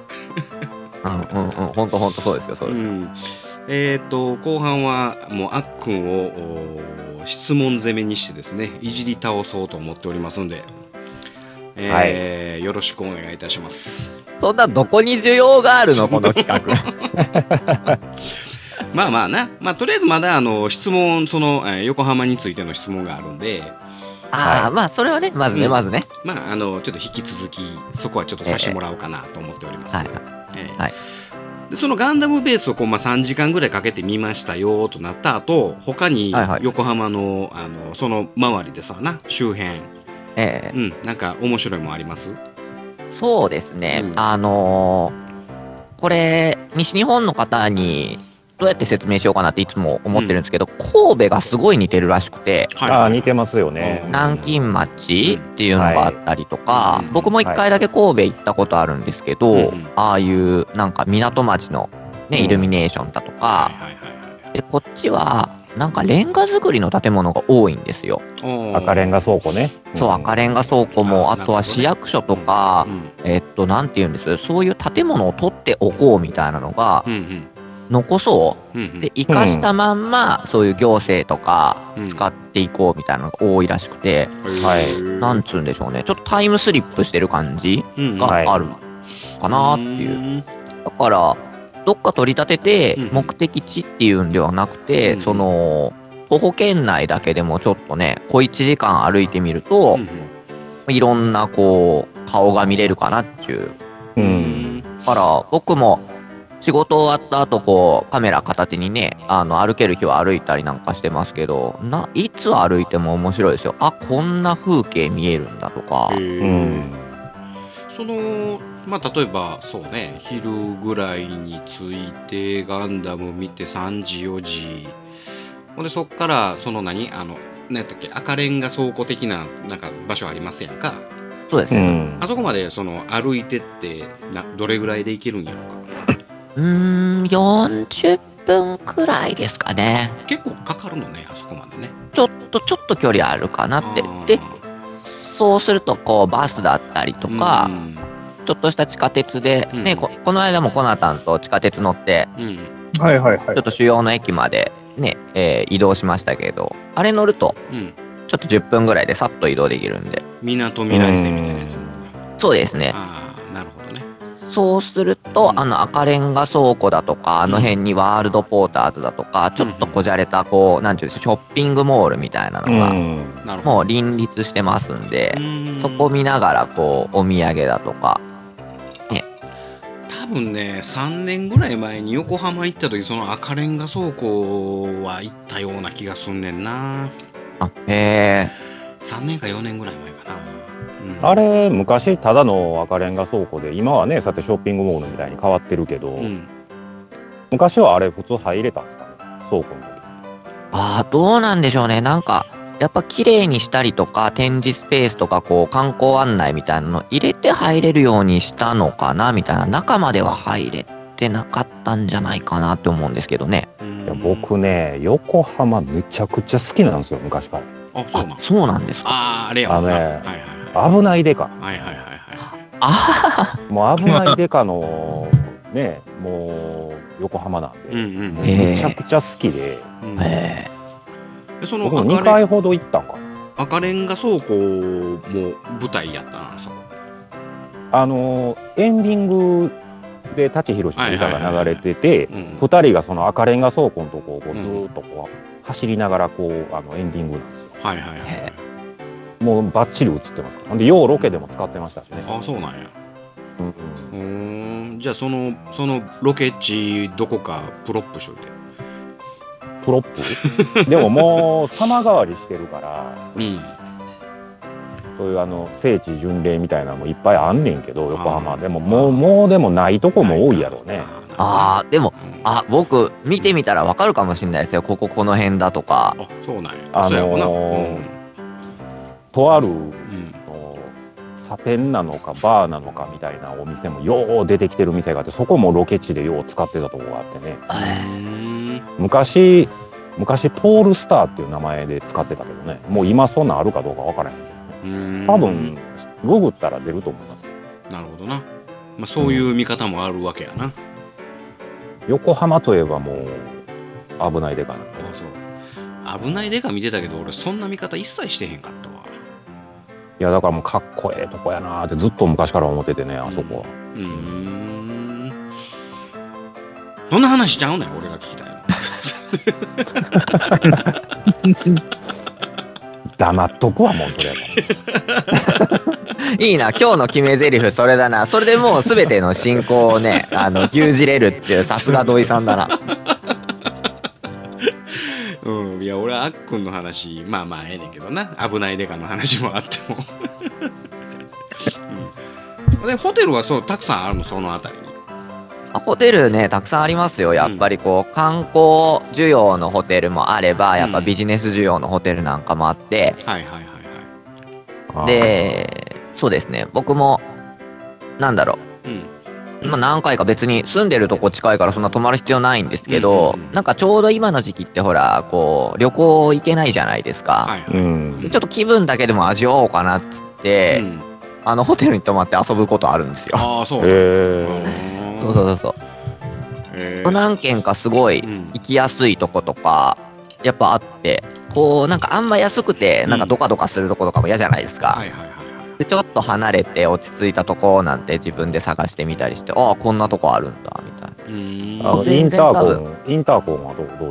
[SPEAKER 6] うんうんうん、ほんとほんとそうですよ、そう
[SPEAKER 1] う
[SPEAKER 6] です。
[SPEAKER 1] んえっ、と後半はもうあっくんをおー質問攻めにしてですねいじり倒そうと思っておりますんで、えーよろしくお願いいたします
[SPEAKER 6] そんなどこに需要があるの、この企画。
[SPEAKER 1] まあまあな、まあ、とりあえずまだあの質問その、えー横浜についての質問があるんで
[SPEAKER 6] ああ、まあ、それはね、まず
[SPEAKER 1] う
[SPEAKER 6] ね、
[SPEAKER 1] ん
[SPEAKER 6] まずね。
[SPEAKER 1] まあ、あのちょっと引き続きそこはちょっとさしてもらおうかなと思っております。
[SPEAKER 6] はい
[SPEAKER 1] ええ
[SPEAKER 6] はい
[SPEAKER 1] でそのガンダムベースをこう、まあ、3時間ぐらいかけて見ましたよとなった後他に
[SPEAKER 6] はいはい
[SPEAKER 1] 横浜の,、あのその周りでさな周辺、
[SPEAKER 6] え
[SPEAKER 1] うん、なんか面白いもんあります
[SPEAKER 6] えそうですね、
[SPEAKER 1] うん
[SPEAKER 6] あのーこれ、西日本の方にどうやって説明しようかなっていつも思ってるんですけど、神戸がすごい似てるらしくて、
[SPEAKER 2] ああ、似て
[SPEAKER 1] ま
[SPEAKER 2] ますよね。
[SPEAKER 1] うん
[SPEAKER 6] 南京町っていうのがあったりとか、
[SPEAKER 1] うん
[SPEAKER 6] 僕も一回だけ神戸行ったことあるんですけど、
[SPEAKER 1] はいうん
[SPEAKER 6] ああいうなんか港町の、ね、
[SPEAKER 2] うん
[SPEAKER 6] イルミネーションだと
[SPEAKER 1] はい
[SPEAKER 6] か、
[SPEAKER 1] はいはい
[SPEAKER 6] でこっちはなんかレンガ造りの建物が多いんですよ。
[SPEAKER 1] おー
[SPEAKER 2] 赤レンガ倉庫ね。
[SPEAKER 6] そう赤レンガ倉庫も、
[SPEAKER 1] あ
[SPEAKER 6] あと
[SPEAKER 1] なるほど
[SPEAKER 6] は
[SPEAKER 1] ね
[SPEAKER 6] 市役所とか、
[SPEAKER 1] うん
[SPEAKER 6] えっと、なんて言うんですそういう建物を取っておこうみたいなのが
[SPEAKER 1] うんうん
[SPEAKER 6] 残そ
[SPEAKER 1] うんう
[SPEAKER 6] う。
[SPEAKER 1] ん
[SPEAKER 6] で、生かしたまんま、そういう行政とか
[SPEAKER 1] うん
[SPEAKER 6] 使っていこうみたいなのが多いらしくて、
[SPEAKER 2] は
[SPEAKER 1] へ
[SPEAKER 2] い
[SPEAKER 1] ー
[SPEAKER 6] なんつうんでしょうね。ちょっとタイムスリップしてる感じ
[SPEAKER 1] うんうん
[SPEAKER 6] があるかなっていう。
[SPEAKER 1] ん
[SPEAKER 6] だから、どっか取り立てて
[SPEAKER 1] うん、
[SPEAKER 6] 目的地っていうんではなくて、
[SPEAKER 1] うん
[SPEAKER 6] その、徒歩圏内だけでもちょっとね、小1時間歩いてみると、いろんなこう、顔が見れるかなっていう。
[SPEAKER 1] う
[SPEAKER 2] うんん。
[SPEAKER 6] だから、僕も、仕事終わった後、こう、カメラ片手にね、あの、歩ける日は歩いたりなんかしてますけど、な、いつ歩いても面白いですよ。あ、こんな風景見えるんだとか
[SPEAKER 1] へ。
[SPEAKER 2] う
[SPEAKER 1] ー
[SPEAKER 2] ん。
[SPEAKER 1] そのまあ例えばそうね昼ぐらいに着いてガンダム見て3時4時ほんでそっからその何あの何やったっけ赤レンガ倉庫的ななんか場所ありますやんか
[SPEAKER 6] そうです
[SPEAKER 2] う
[SPEAKER 6] ね。
[SPEAKER 2] ん
[SPEAKER 1] あそこまでその歩いてってなどれぐらいで行けるんやろか
[SPEAKER 6] うーん、40分くらいですかね。
[SPEAKER 1] 結構かかるのねあそこまでね
[SPEAKER 6] ちょっと、ちょっと距離あるかなって。で、そうすると、こう、バスだったりと
[SPEAKER 1] と
[SPEAKER 6] か、ちょっとした地下鉄で、
[SPEAKER 1] うん
[SPEAKER 6] ね、ここの間もコナタンと地下鉄乗って、
[SPEAKER 1] うん、うん
[SPEAKER 4] はいはい (laughs) は
[SPEAKER 6] ちょっと主要の駅まで、ね、えー移動しましたけど、あれ乗ると、
[SPEAKER 1] うん、
[SPEAKER 6] ちょっと10分ぐらいでさっと移動できるんで。
[SPEAKER 1] みなとみらい線みたいなやつ
[SPEAKER 2] うん
[SPEAKER 6] そうですね。
[SPEAKER 1] ああなるほどね
[SPEAKER 6] そうする
[SPEAKER 1] う
[SPEAKER 6] と、
[SPEAKER 1] ん
[SPEAKER 6] あの赤レンガ倉庫だとか、あの辺にワールドポーターズだとか、ちょっとこじゃれた、こう、なんていうんですか、ショッピングモールみたいなのが、
[SPEAKER 1] なるほど
[SPEAKER 6] もう林立してますんで、
[SPEAKER 1] うん
[SPEAKER 6] そこ見ながら、こう、お土産だとか、
[SPEAKER 1] 多分ね3年ぐらい前に横浜行った時その赤レンガ倉庫は行ったような気がすんねんな
[SPEAKER 6] あ、へえ、
[SPEAKER 1] 3年か4年ぐらい前かな、うん
[SPEAKER 2] あれ昔ただの赤レンガ倉庫で今はねさてショッピングモールみたいに変わってるけど、
[SPEAKER 1] うん
[SPEAKER 2] 昔はあれ普通入れたんですかね倉庫の時
[SPEAKER 6] ああ、どうなんでしょうね。なんか、やっぱ綺麗にしたりとか、展示スペースとか、こう、観光案内みたいなの入れて入れるようにしたのかな、みたいな。中までは入れてなかったんじゃないかなって思うんですけどね。
[SPEAKER 1] うん
[SPEAKER 2] いや僕ね横浜めちゃくちゃ好きなんですよ昔から
[SPEAKER 1] あそうな
[SPEAKER 6] あ
[SPEAKER 1] ん、
[SPEAKER 6] そうなんですか。
[SPEAKER 1] あーあれやもんな
[SPEAKER 2] あのね
[SPEAKER 1] はいはい
[SPEAKER 2] 危ないデカ
[SPEAKER 1] はいはいはいはいはい
[SPEAKER 6] あ
[SPEAKER 2] もう危ないデカのねもう横浜なんで、
[SPEAKER 1] うんうん
[SPEAKER 6] え
[SPEAKER 2] めちゃくちゃ好きで、
[SPEAKER 1] うん
[SPEAKER 6] あ、へえ。
[SPEAKER 1] でその
[SPEAKER 2] 僕も
[SPEAKER 1] 赤
[SPEAKER 2] 2
[SPEAKER 1] レン
[SPEAKER 2] 回ほど行ったんかな
[SPEAKER 1] 赤レンガ倉庫も舞台やったなそこ
[SPEAKER 2] あのエンディングで舘ひろしの歌が流れてて
[SPEAKER 1] うんうん
[SPEAKER 2] 2人がその赤レンガ倉庫のとこをこ
[SPEAKER 1] う
[SPEAKER 2] うんずーっとこう走りながらこうあのエンディングなんですよ
[SPEAKER 1] はいはいはい
[SPEAKER 6] へ
[SPEAKER 2] もうバッチリ映ってますからほんでようロケでも使ってましたしね、
[SPEAKER 1] あそうなんや
[SPEAKER 2] うん
[SPEAKER 1] うーんじゃあそのそのロケ地どこかプロップしといて
[SPEAKER 2] プロップでももう様変わりしてるから
[SPEAKER 1] うん
[SPEAKER 2] そういうあの聖地巡礼みたいなのもいっぱいあんねんけど横浜でももうもうでもないとこも多いやろうね
[SPEAKER 6] ああ、でも、
[SPEAKER 1] ー
[SPEAKER 6] あ、僕、見てみたらわかるかもしれないですよ。ここ、この辺だとか。
[SPEAKER 1] あそうなんや、
[SPEAKER 2] あのー
[SPEAKER 1] そうやもんな
[SPEAKER 2] とある
[SPEAKER 1] うんうん
[SPEAKER 2] あのサテンなのかバーなのかみたいなお店もよう出てきてる店があってそこもロケ地でよう使ってたとこがあってね
[SPEAKER 6] え
[SPEAKER 1] うん
[SPEAKER 2] 昔昔ポールスターっていう名前で使ってたけどねもう今そんなんあるかどうかわからへんけどね
[SPEAKER 1] うん
[SPEAKER 2] 多分ググったら出ると思います
[SPEAKER 1] なるほどな、まあ、そういう見方もあるわけやな、
[SPEAKER 2] 横浜といえばもう危ないでかいなんで
[SPEAKER 1] あそう危ないデカ見てたけど俺そんな見方一切してへんかったわ
[SPEAKER 2] いやだからもうかっこええとこやなーってずっと昔から思っててねあそこは
[SPEAKER 1] うーんそんな話しちゃうねん俺が聞きたいの
[SPEAKER 2] 黙っとくわもうそれやから
[SPEAKER 6] いいな、今日の決め台詞それだな。それでもう全ての進行
[SPEAKER 1] (laughs)
[SPEAKER 6] をね、あの、牛耳れるっていう、さすが土井さんだな。
[SPEAKER 1] うん、いや俺はあっくんの話まあまあええねんけどな危ないデカの話もあっても、 (laughs) うん、でホテルはそうたくさんあるのその辺りに
[SPEAKER 6] ホテルね、たくさんありますよ。やっぱりこう、観光需要のホテルもあれば、やっぱビジネス需要のホテルなんかもあって、
[SPEAKER 1] はいはいはいはい
[SPEAKER 2] あー
[SPEAKER 6] (laughs) で、そうですね、僕も、なんだろ
[SPEAKER 1] うん
[SPEAKER 6] う、まあ、何回か別に住んでるとこ近いからそんな泊まる必要ないんですけど、
[SPEAKER 1] うんうんうん
[SPEAKER 6] なんかちょうど今の時期ってほら、こう、旅行行けないじゃないですか。
[SPEAKER 1] はいは
[SPEAKER 2] う
[SPEAKER 1] い、
[SPEAKER 2] ん
[SPEAKER 6] でちょっと気分だけでも味わおうかなっつって、
[SPEAKER 1] うん、
[SPEAKER 6] あの、ホテルに泊まって遊ぶことあるんですよ。
[SPEAKER 1] ああそう
[SPEAKER 2] へえ
[SPEAKER 1] うん
[SPEAKER 6] そうそうそうそう。
[SPEAKER 1] えー
[SPEAKER 6] 何軒かすごい
[SPEAKER 1] うん
[SPEAKER 6] 行きやすいとことか、やっぱあって、こう、なんかあんま安くて、なんかドカドカするとことかも嫌じゃないですか
[SPEAKER 1] は。いはいはいはい
[SPEAKER 6] で、ちょっと離れて落ち着いたとこなんて自分で探してみたりして、ああ、こんなとこあるんだ、みたいな。
[SPEAKER 1] うん
[SPEAKER 2] あのインターコン、インターコンはどうどうですか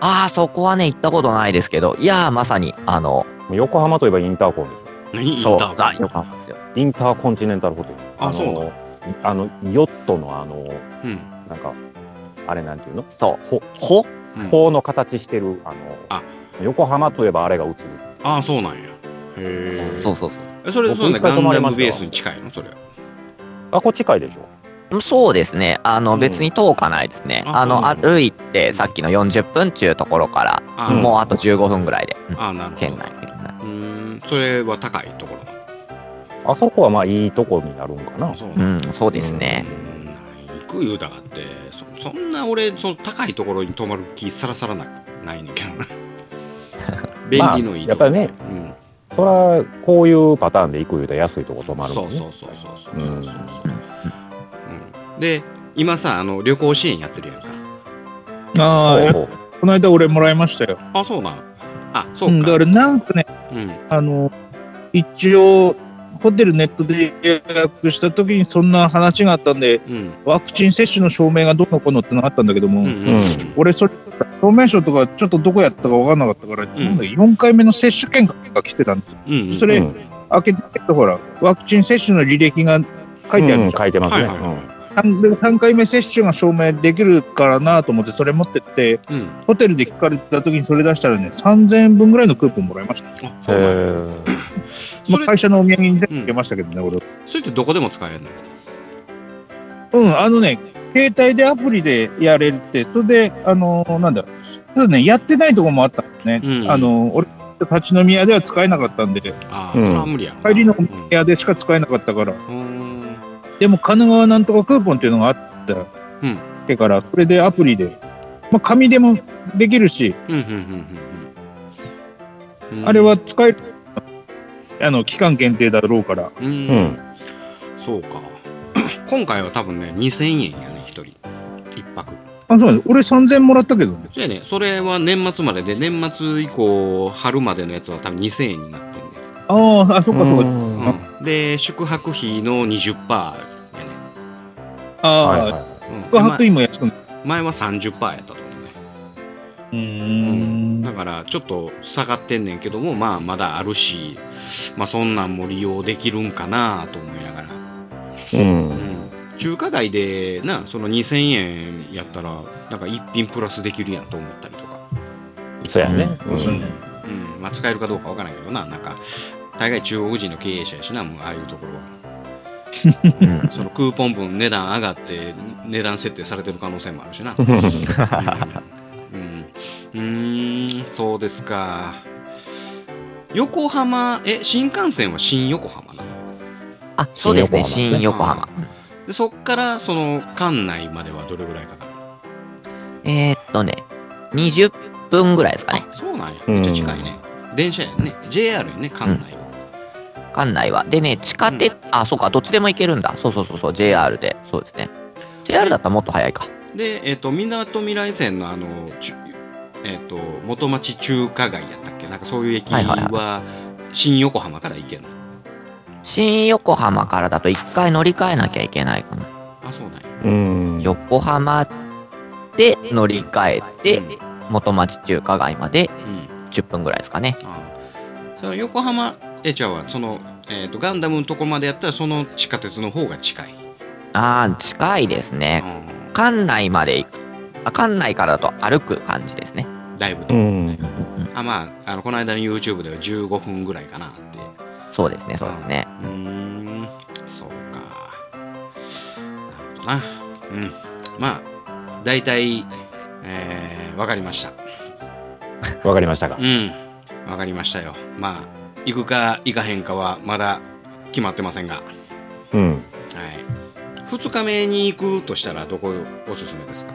[SPEAKER 6] ああ、そこはね、行ったことないですけど、いやー、まさに、あの、
[SPEAKER 2] もう横浜といえばインターコンでし
[SPEAKER 1] 何インタ
[SPEAKER 6] そう
[SPEAKER 1] ー、
[SPEAKER 6] ザ・
[SPEAKER 1] コ
[SPEAKER 6] ヨ
[SPEAKER 1] ン
[SPEAKER 6] カですよ。
[SPEAKER 2] ょ。インターコンチネンタルホテル。
[SPEAKER 1] あ
[SPEAKER 2] の
[SPEAKER 1] そうな
[SPEAKER 2] あの、ヨットのあの、
[SPEAKER 1] うん
[SPEAKER 2] なんか、あれなんていうの
[SPEAKER 6] そう。
[SPEAKER 2] ほ
[SPEAKER 6] ほ
[SPEAKER 1] うん
[SPEAKER 2] 法の形してる、あの、
[SPEAKER 1] あ
[SPEAKER 2] 横浜といえばあれが映る。
[SPEAKER 1] ああそうなんやへえ
[SPEAKER 6] そうそう
[SPEAKER 1] えそれ
[SPEAKER 2] 僕
[SPEAKER 1] そうね
[SPEAKER 2] 一回
[SPEAKER 1] ガ
[SPEAKER 2] 泊
[SPEAKER 1] ン
[SPEAKER 2] ま
[SPEAKER 1] ダ
[SPEAKER 2] りましたわ
[SPEAKER 1] ムベースに近いのそれ
[SPEAKER 2] あ、こっち近いでしょ
[SPEAKER 6] そう。そうですね。あ
[SPEAKER 2] う
[SPEAKER 6] の、
[SPEAKER 2] ん
[SPEAKER 6] 別に遠かないですね。
[SPEAKER 1] あ
[SPEAKER 6] あの、
[SPEAKER 2] そうなんだ
[SPEAKER 6] 歩いて、さっきの40分っていうところから、
[SPEAKER 1] あー
[SPEAKER 6] もうあと15分ぐらいで、うん
[SPEAKER 1] ああなるほど
[SPEAKER 6] 県内、県内。
[SPEAKER 1] うーんそれは高いところ
[SPEAKER 2] あそこはまあいいとこになるんかな
[SPEAKER 1] あ。そう
[SPEAKER 6] う
[SPEAKER 1] なん
[SPEAKER 6] ん、そうですね。
[SPEAKER 1] 行く言うたかってそそんな俺その高いところに泊まる気さらさらなないねんけ
[SPEAKER 2] (laughs)
[SPEAKER 1] どな便利のいいとこ
[SPEAKER 2] まあやっぱそら、こういうパターンで行く言うたら安いとこ泊
[SPEAKER 1] うん、
[SPEAKER 2] まる
[SPEAKER 1] そ
[SPEAKER 2] もん
[SPEAKER 1] う
[SPEAKER 2] ね。
[SPEAKER 1] そうそうそうそうそう
[SPEAKER 2] う
[SPEAKER 1] そうんうんで今さあの旅行支援やってるやんか
[SPEAKER 4] ああ、
[SPEAKER 2] ほうほう
[SPEAKER 4] この間俺もらいましたよ。、
[SPEAKER 1] あそうなんあそううん
[SPEAKER 4] だ
[SPEAKER 1] か
[SPEAKER 4] からなんかね、
[SPEAKER 1] うん
[SPEAKER 4] あの、一応、ホテルネットで予約した時にそんな話があったんで、
[SPEAKER 1] うん
[SPEAKER 4] ワクチン接種の証明がどうのこうのってのがあったんだけども、
[SPEAKER 1] うんうん
[SPEAKER 4] 俺それ、証明書とかちょっとどこやったか分かんなかったから、
[SPEAKER 1] ん
[SPEAKER 4] 4回目の接種券が来てたんですよ。
[SPEAKER 1] うんうん
[SPEAKER 4] それ、
[SPEAKER 2] うん
[SPEAKER 4] 開けてみるとほら、ワクチン接種の履歴が書いてあ
[SPEAKER 2] う
[SPEAKER 4] る
[SPEAKER 2] ん
[SPEAKER 4] じゃん
[SPEAKER 2] 書いてますね。
[SPEAKER 1] はいはいはい
[SPEAKER 4] なんで3回目接種が証明できるからなと思って、それ持ってって、
[SPEAKER 1] うん
[SPEAKER 4] ホテルで聞かれた時にそれ出したらね、3000円分ぐらいのクーポンもらいました。
[SPEAKER 1] あ
[SPEAKER 2] う
[SPEAKER 1] そ
[SPEAKER 2] ん
[SPEAKER 1] うなんや
[SPEAKER 2] へー
[SPEAKER 1] そ
[SPEAKER 4] まあ、
[SPEAKER 1] れ
[SPEAKER 4] 会社のお土産に全部あげましたけどね、俺。
[SPEAKER 1] それってどこでも使えるの
[SPEAKER 4] うん、あのね、携帯でアプリでやれるって、それで、あのーなんだ、ただね、やってないところもあったんですね。
[SPEAKER 1] うん
[SPEAKER 4] あのー俺立ち飲み屋では使えなかったんで、
[SPEAKER 1] ああ、
[SPEAKER 2] うん
[SPEAKER 1] それは無理やろな
[SPEAKER 4] 帰りのお
[SPEAKER 1] うん
[SPEAKER 4] 土産屋でしか使えなかったから、
[SPEAKER 1] うーん
[SPEAKER 4] でも神奈川なんとかクーポンっていうのがあったよ
[SPEAKER 1] うん
[SPEAKER 4] ってから、それでアプリで、まあ、紙でもできるし、
[SPEAKER 1] うんうんうんうんうん
[SPEAKER 4] あれは使える、あの期間限定だろうから、
[SPEAKER 1] うん、
[SPEAKER 2] うん。
[SPEAKER 1] そうか (clears throat) 今回は多分ね2000円やね1人1泊
[SPEAKER 4] あそうなんです俺3000もらったけどね、
[SPEAKER 1] そうやねそれは年末までで年末以降春までのやつは多分2000円になってんね、
[SPEAKER 4] ああ、あそっかそっか、
[SPEAKER 2] うんは
[SPEAKER 1] うん、で宿泊費の20%やね、
[SPEAKER 4] ああ、
[SPEAKER 2] いはい
[SPEAKER 1] うん
[SPEAKER 4] 宿泊費も安くなる
[SPEAKER 1] ま前は30%やったと思うね
[SPEAKER 4] う
[SPEAKER 1] うん
[SPEAKER 4] ん
[SPEAKER 1] だからちょっと下がってんねんけどもまあまだあるし、まあ、そんなんも利用できるんかなと思いながら、
[SPEAKER 2] うん
[SPEAKER 1] うん、中華街でなその2000円やったらなんか一品プラスできるやんと思ったりとか、
[SPEAKER 2] そうやね。
[SPEAKER 6] う
[SPEAKER 2] うん
[SPEAKER 1] うんまあ、使えるかどうかわからんけどななんか大概中国人の経営者やしなもうああいうところは
[SPEAKER 6] うん。
[SPEAKER 1] そのクーポン分値段上がって値段設定されてる可能性もあるしなうん、うん、うーんそうですか横浜え新幹線は新横浜なの
[SPEAKER 6] あ、そうですね、
[SPEAKER 2] 新
[SPEAKER 6] 新横浜。
[SPEAKER 1] でそっからその館内まではどれぐらいかかる
[SPEAKER 6] えーっとね、20分ぐらいですかね、
[SPEAKER 1] あそうなんや
[SPEAKER 2] う
[SPEAKER 1] め
[SPEAKER 2] ん
[SPEAKER 1] っちゃ近いね、電車やんね JR やんね館内は、
[SPEAKER 6] 館内は。でね、地下鉄、あ、そうか、どっちでも行けるんだ。そうそうそうそう、JR で、そうですね。JR だったらもっと早いか。
[SPEAKER 1] でえっ、とみなとみらい線のあのちゅえっ、と元町中華街やったっけなんかそういう駅は,、
[SPEAKER 6] はいはい
[SPEAKER 1] 新横浜から行けるの
[SPEAKER 6] 新横浜からだと1回乗り換えなきゃいけないかな。
[SPEAKER 1] あそうなんや
[SPEAKER 2] うん。
[SPEAKER 6] 横浜で乗り換えて、
[SPEAKER 1] うん
[SPEAKER 6] 元町中華街まで
[SPEAKER 1] うん
[SPEAKER 6] 10分ぐらいですかね。
[SPEAKER 1] ああその横浜えちゃうわその、えー、とガンダムのとこまでやったらその地下鉄の方が近い、
[SPEAKER 6] ああ、近いですね。
[SPEAKER 1] う
[SPEAKER 6] 館内まで行く。あ館内からだと歩く感じですね。
[SPEAKER 1] んだいぶと、
[SPEAKER 2] うん。
[SPEAKER 1] あまああのこの間の YouTube では15分ぐらいかなって
[SPEAKER 6] そうですね、そうですね。
[SPEAKER 1] うーんそうかなるほどなうんまあ大体えー、わかりました
[SPEAKER 2] わかりましたか
[SPEAKER 1] う。んわかりましたよまあ行くか行かへんかはまだ決まってませんが、は
[SPEAKER 2] うん。
[SPEAKER 1] い、2日目に行くとしたらどこおすすめですか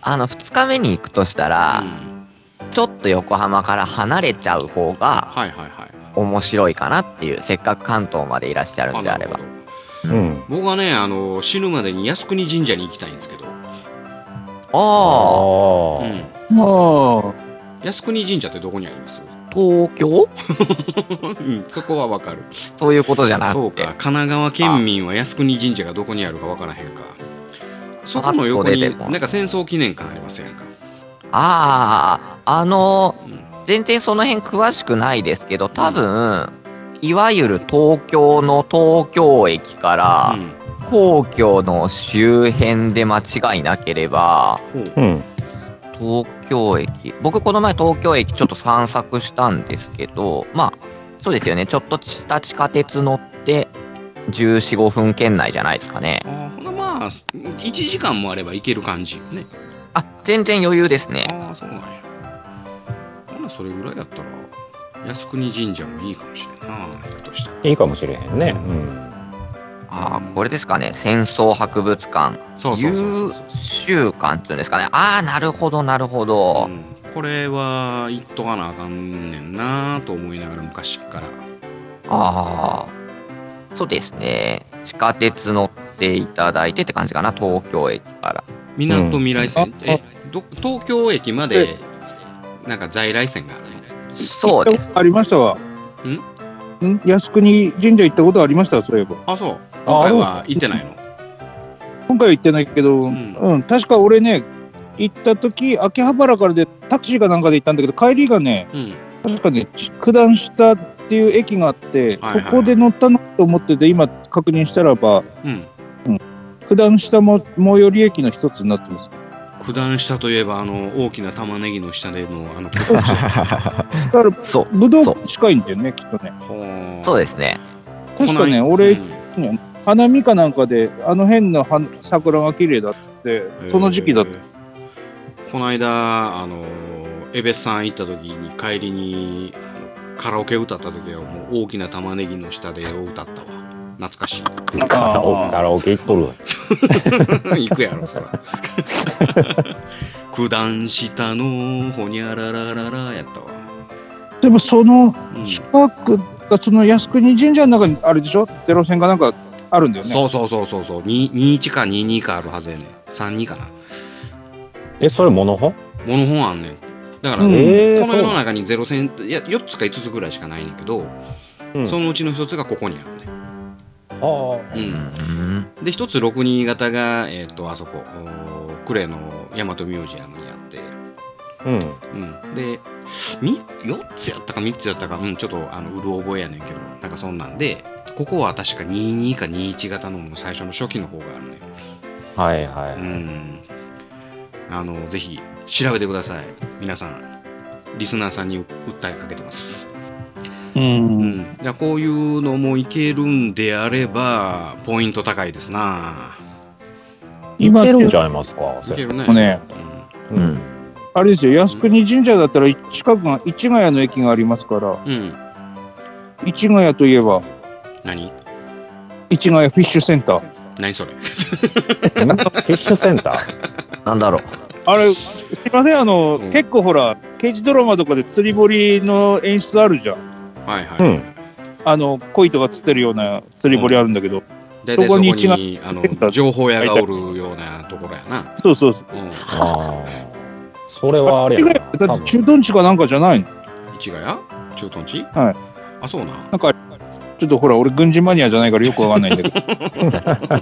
[SPEAKER 6] あの、2日目に行くとし
[SPEAKER 1] う
[SPEAKER 6] たら、
[SPEAKER 1] ん
[SPEAKER 6] ちょっと横浜から離れちゃう方が
[SPEAKER 1] はいはいはい。
[SPEAKER 6] 面白いかなっていう、せっかく関東までいらっしゃるんで
[SPEAKER 1] な
[SPEAKER 6] あれ
[SPEAKER 1] ほ
[SPEAKER 6] ば
[SPEAKER 1] ど。
[SPEAKER 2] うん。
[SPEAKER 1] 僕はねあの死ぬまでに靖国神社に行きたいんですけど、う
[SPEAKER 2] あ
[SPEAKER 6] ああ、
[SPEAKER 1] ん
[SPEAKER 4] あ
[SPEAKER 1] 靖国神社ってどこにあります (laughs)
[SPEAKER 6] 東京
[SPEAKER 1] うんそこはわかる
[SPEAKER 6] そういうことじゃな
[SPEAKER 1] そう
[SPEAKER 6] く
[SPEAKER 1] か
[SPEAKER 6] て。
[SPEAKER 1] 神奈川県民は靖国神社がどこにあるかわからへんかそこの横
[SPEAKER 6] あ
[SPEAKER 1] に
[SPEAKER 6] とででも
[SPEAKER 1] なんか戦争記念館ありますやんか、
[SPEAKER 6] ああ、あの
[SPEAKER 1] う、ん
[SPEAKER 6] 全然その辺詳しくないですけど、多分、いわゆる東京の東京駅か
[SPEAKER 1] う
[SPEAKER 6] ら
[SPEAKER 1] ん
[SPEAKER 6] 皇居の周辺で間違いなければ、
[SPEAKER 1] ほう
[SPEAKER 2] うん。
[SPEAKER 6] 東京駅、僕この前東京駅ちょっと散策したんですけど、まあ、そうですよね、ちょっとした地下鉄乗って、14、5分圏内じゃないですかね。
[SPEAKER 1] あほなまあ1時間もあれば行ける感じね
[SPEAKER 6] あ、全然余裕ですね。
[SPEAKER 1] ああそうなんやほなそれぐらいやったら靖国神社もいいかもしれんな行くとしたら
[SPEAKER 2] いいかもしれへんね。うん。
[SPEAKER 6] ああ、これですかね、戦争博物館。
[SPEAKER 1] そうそうそうそう
[SPEAKER 6] 優
[SPEAKER 1] そう
[SPEAKER 6] 秀感っていうんですかね。ああ、なるほど、なるほ
[SPEAKER 1] う
[SPEAKER 6] ど。
[SPEAKER 1] んこれは言っとかなあかんねんなと思いながら昔っから
[SPEAKER 6] ああ、そうですね。地下鉄乗っていただいてって感じかな、東京駅から。
[SPEAKER 1] みなとみらい線、
[SPEAKER 2] うん
[SPEAKER 1] えど東京駅までなんか在来線があるね
[SPEAKER 6] そうです。
[SPEAKER 4] ありましたわ。ん靖国神社行ったことありました、そういえば。
[SPEAKER 1] あそう今回は行ってないの
[SPEAKER 4] 今回は行ってないけど、
[SPEAKER 1] う
[SPEAKER 4] うんん、確か俺ね、行った時秋葉原からでタクシーかなんかで行ったんだけど、帰りがね、
[SPEAKER 1] うん
[SPEAKER 4] 確かね、九段下っていう駅があって、
[SPEAKER 1] はいはい
[SPEAKER 4] そこで乗ったのと思ってて、今確認したらば、
[SPEAKER 1] うん
[SPEAKER 4] 九段下も最寄り駅の一つになってます。
[SPEAKER 1] 九段下といえばあの大きな玉ねぎの下でのあの九段下
[SPEAKER 4] だから、
[SPEAKER 6] そう。
[SPEAKER 4] 武道
[SPEAKER 6] そう
[SPEAKER 4] 館近いんだよね、きっとね。
[SPEAKER 1] (laughs) ほ
[SPEAKER 6] そうですね。
[SPEAKER 4] 確かね、
[SPEAKER 1] う
[SPEAKER 4] 俺、
[SPEAKER 1] ん
[SPEAKER 4] 花見かなんかで、あの辺の花桜が綺麗だっつって、その時期だっ
[SPEAKER 1] え
[SPEAKER 4] た。
[SPEAKER 1] ーこの間あのエベスさん行った時に帰りにあのカラオケ歌った時はもう大きな玉ねぎの下でを歌ったわ懐かしい (laughs)
[SPEAKER 2] カラオケ、カラオケ行っとるわ。
[SPEAKER 1] 行くやろそら (laughs) 九段下のほにゃららららやったわ、
[SPEAKER 4] でも、その
[SPEAKER 1] うん
[SPEAKER 4] 近くが、その靖国神社の中に、あれでしょ、ゼロ戦かなんかあるんだよね。
[SPEAKER 1] そうそうそうそうそうに21か22かあるはずやねん32かな
[SPEAKER 2] え、それモノホ
[SPEAKER 1] モノ本あんねんだから、
[SPEAKER 4] うん
[SPEAKER 2] えー
[SPEAKER 1] この世の中にゼロ戦いや4つか5つぐらいしかないねんけど、
[SPEAKER 2] うん
[SPEAKER 1] そのうちの1つがここにあるね
[SPEAKER 2] あ
[SPEAKER 1] ん、うん
[SPEAKER 6] うん。
[SPEAKER 1] で一つ六人型が、えー、とあそこおー呉の大和ミュージアムにあって、
[SPEAKER 2] あ。うん。
[SPEAKER 1] うん、で4つやったか3つやったか、うん、ちょっとあのうる覚えやねんけどなんかそんなんでここは確か22か21型の最初の初期の方があるね
[SPEAKER 2] はいはい。
[SPEAKER 1] うんあのぜひ調べてください皆さんリスナーさんに訴えかけてます
[SPEAKER 4] うん。
[SPEAKER 1] うん、いやこういうのもいけるんであればポイント高いですな
[SPEAKER 2] 今
[SPEAKER 4] 今
[SPEAKER 2] 行けるん
[SPEAKER 4] で
[SPEAKER 2] ちゃいますか。
[SPEAKER 1] いけるね
[SPEAKER 4] もね
[SPEAKER 1] うん
[SPEAKER 2] うん。
[SPEAKER 4] あれですよ、靖国神社だったら、近くが市ヶ谷の駅がありますから、
[SPEAKER 1] うん、
[SPEAKER 4] 市ヶ谷といえば、
[SPEAKER 1] 何
[SPEAKER 4] 市ヶ谷フィッシュセンター。
[SPEAKER 1] 何それ
[SPEAKER 2] フィッシュセンタ
[SPEAKER 1] (laughs)
[SPEAKER 2] ー。
[SPEAKER 6] なんだろう。
[SPEAKER 4] あれ、すいません、あの、
[SPEAKER 1] うん
[SPEAKER 4] 結構ほら、刑事ドラマとかで釣り堀の演出あるじゃん。
[SPEAKER 1] はいは
[SPEAKER 2] う
[SPEAKER 1] い。
[SPEAKER 2] ん。
[SPEAKER 4] あの、鯉とか釣ってるような釣り堀あるんだけど、
[SPEAKER 1] 大体そ
[SPEAKER 4] そ
[SPEAKER 1] こ
[SPEAKER 4] こに
[SPEAKER 1] にあの情報屋がおるようなところやな。
[SPEAKER 4] そうそうそう。
[SPEAKER 1] うん、
[SPEAKER 2] ああ。それはあれ
[SPEAKER 4] 市
[SPEAKER 2] や
[SPEAKER 4] ヶ
[SPEAKER 2] な。
[SPEAKER 4] 谷
[SPEAKER 2] 多
[SPEAKER 4] だって
[SPEAKER 2] 分
[SPEAKER 4] 駐屯地かなんかじゃないの
[SPEAKER 1] 市ヶ谷駐屯地
[SPEAKER 4] はい。
[SPEAKER 1] あ、そうなん。
[SPEAKER 4] なんか、ちょっとほら、俺、軍事マニアじゃないからよくわかんないんだけど。
[SPEAKER 2] (laughs)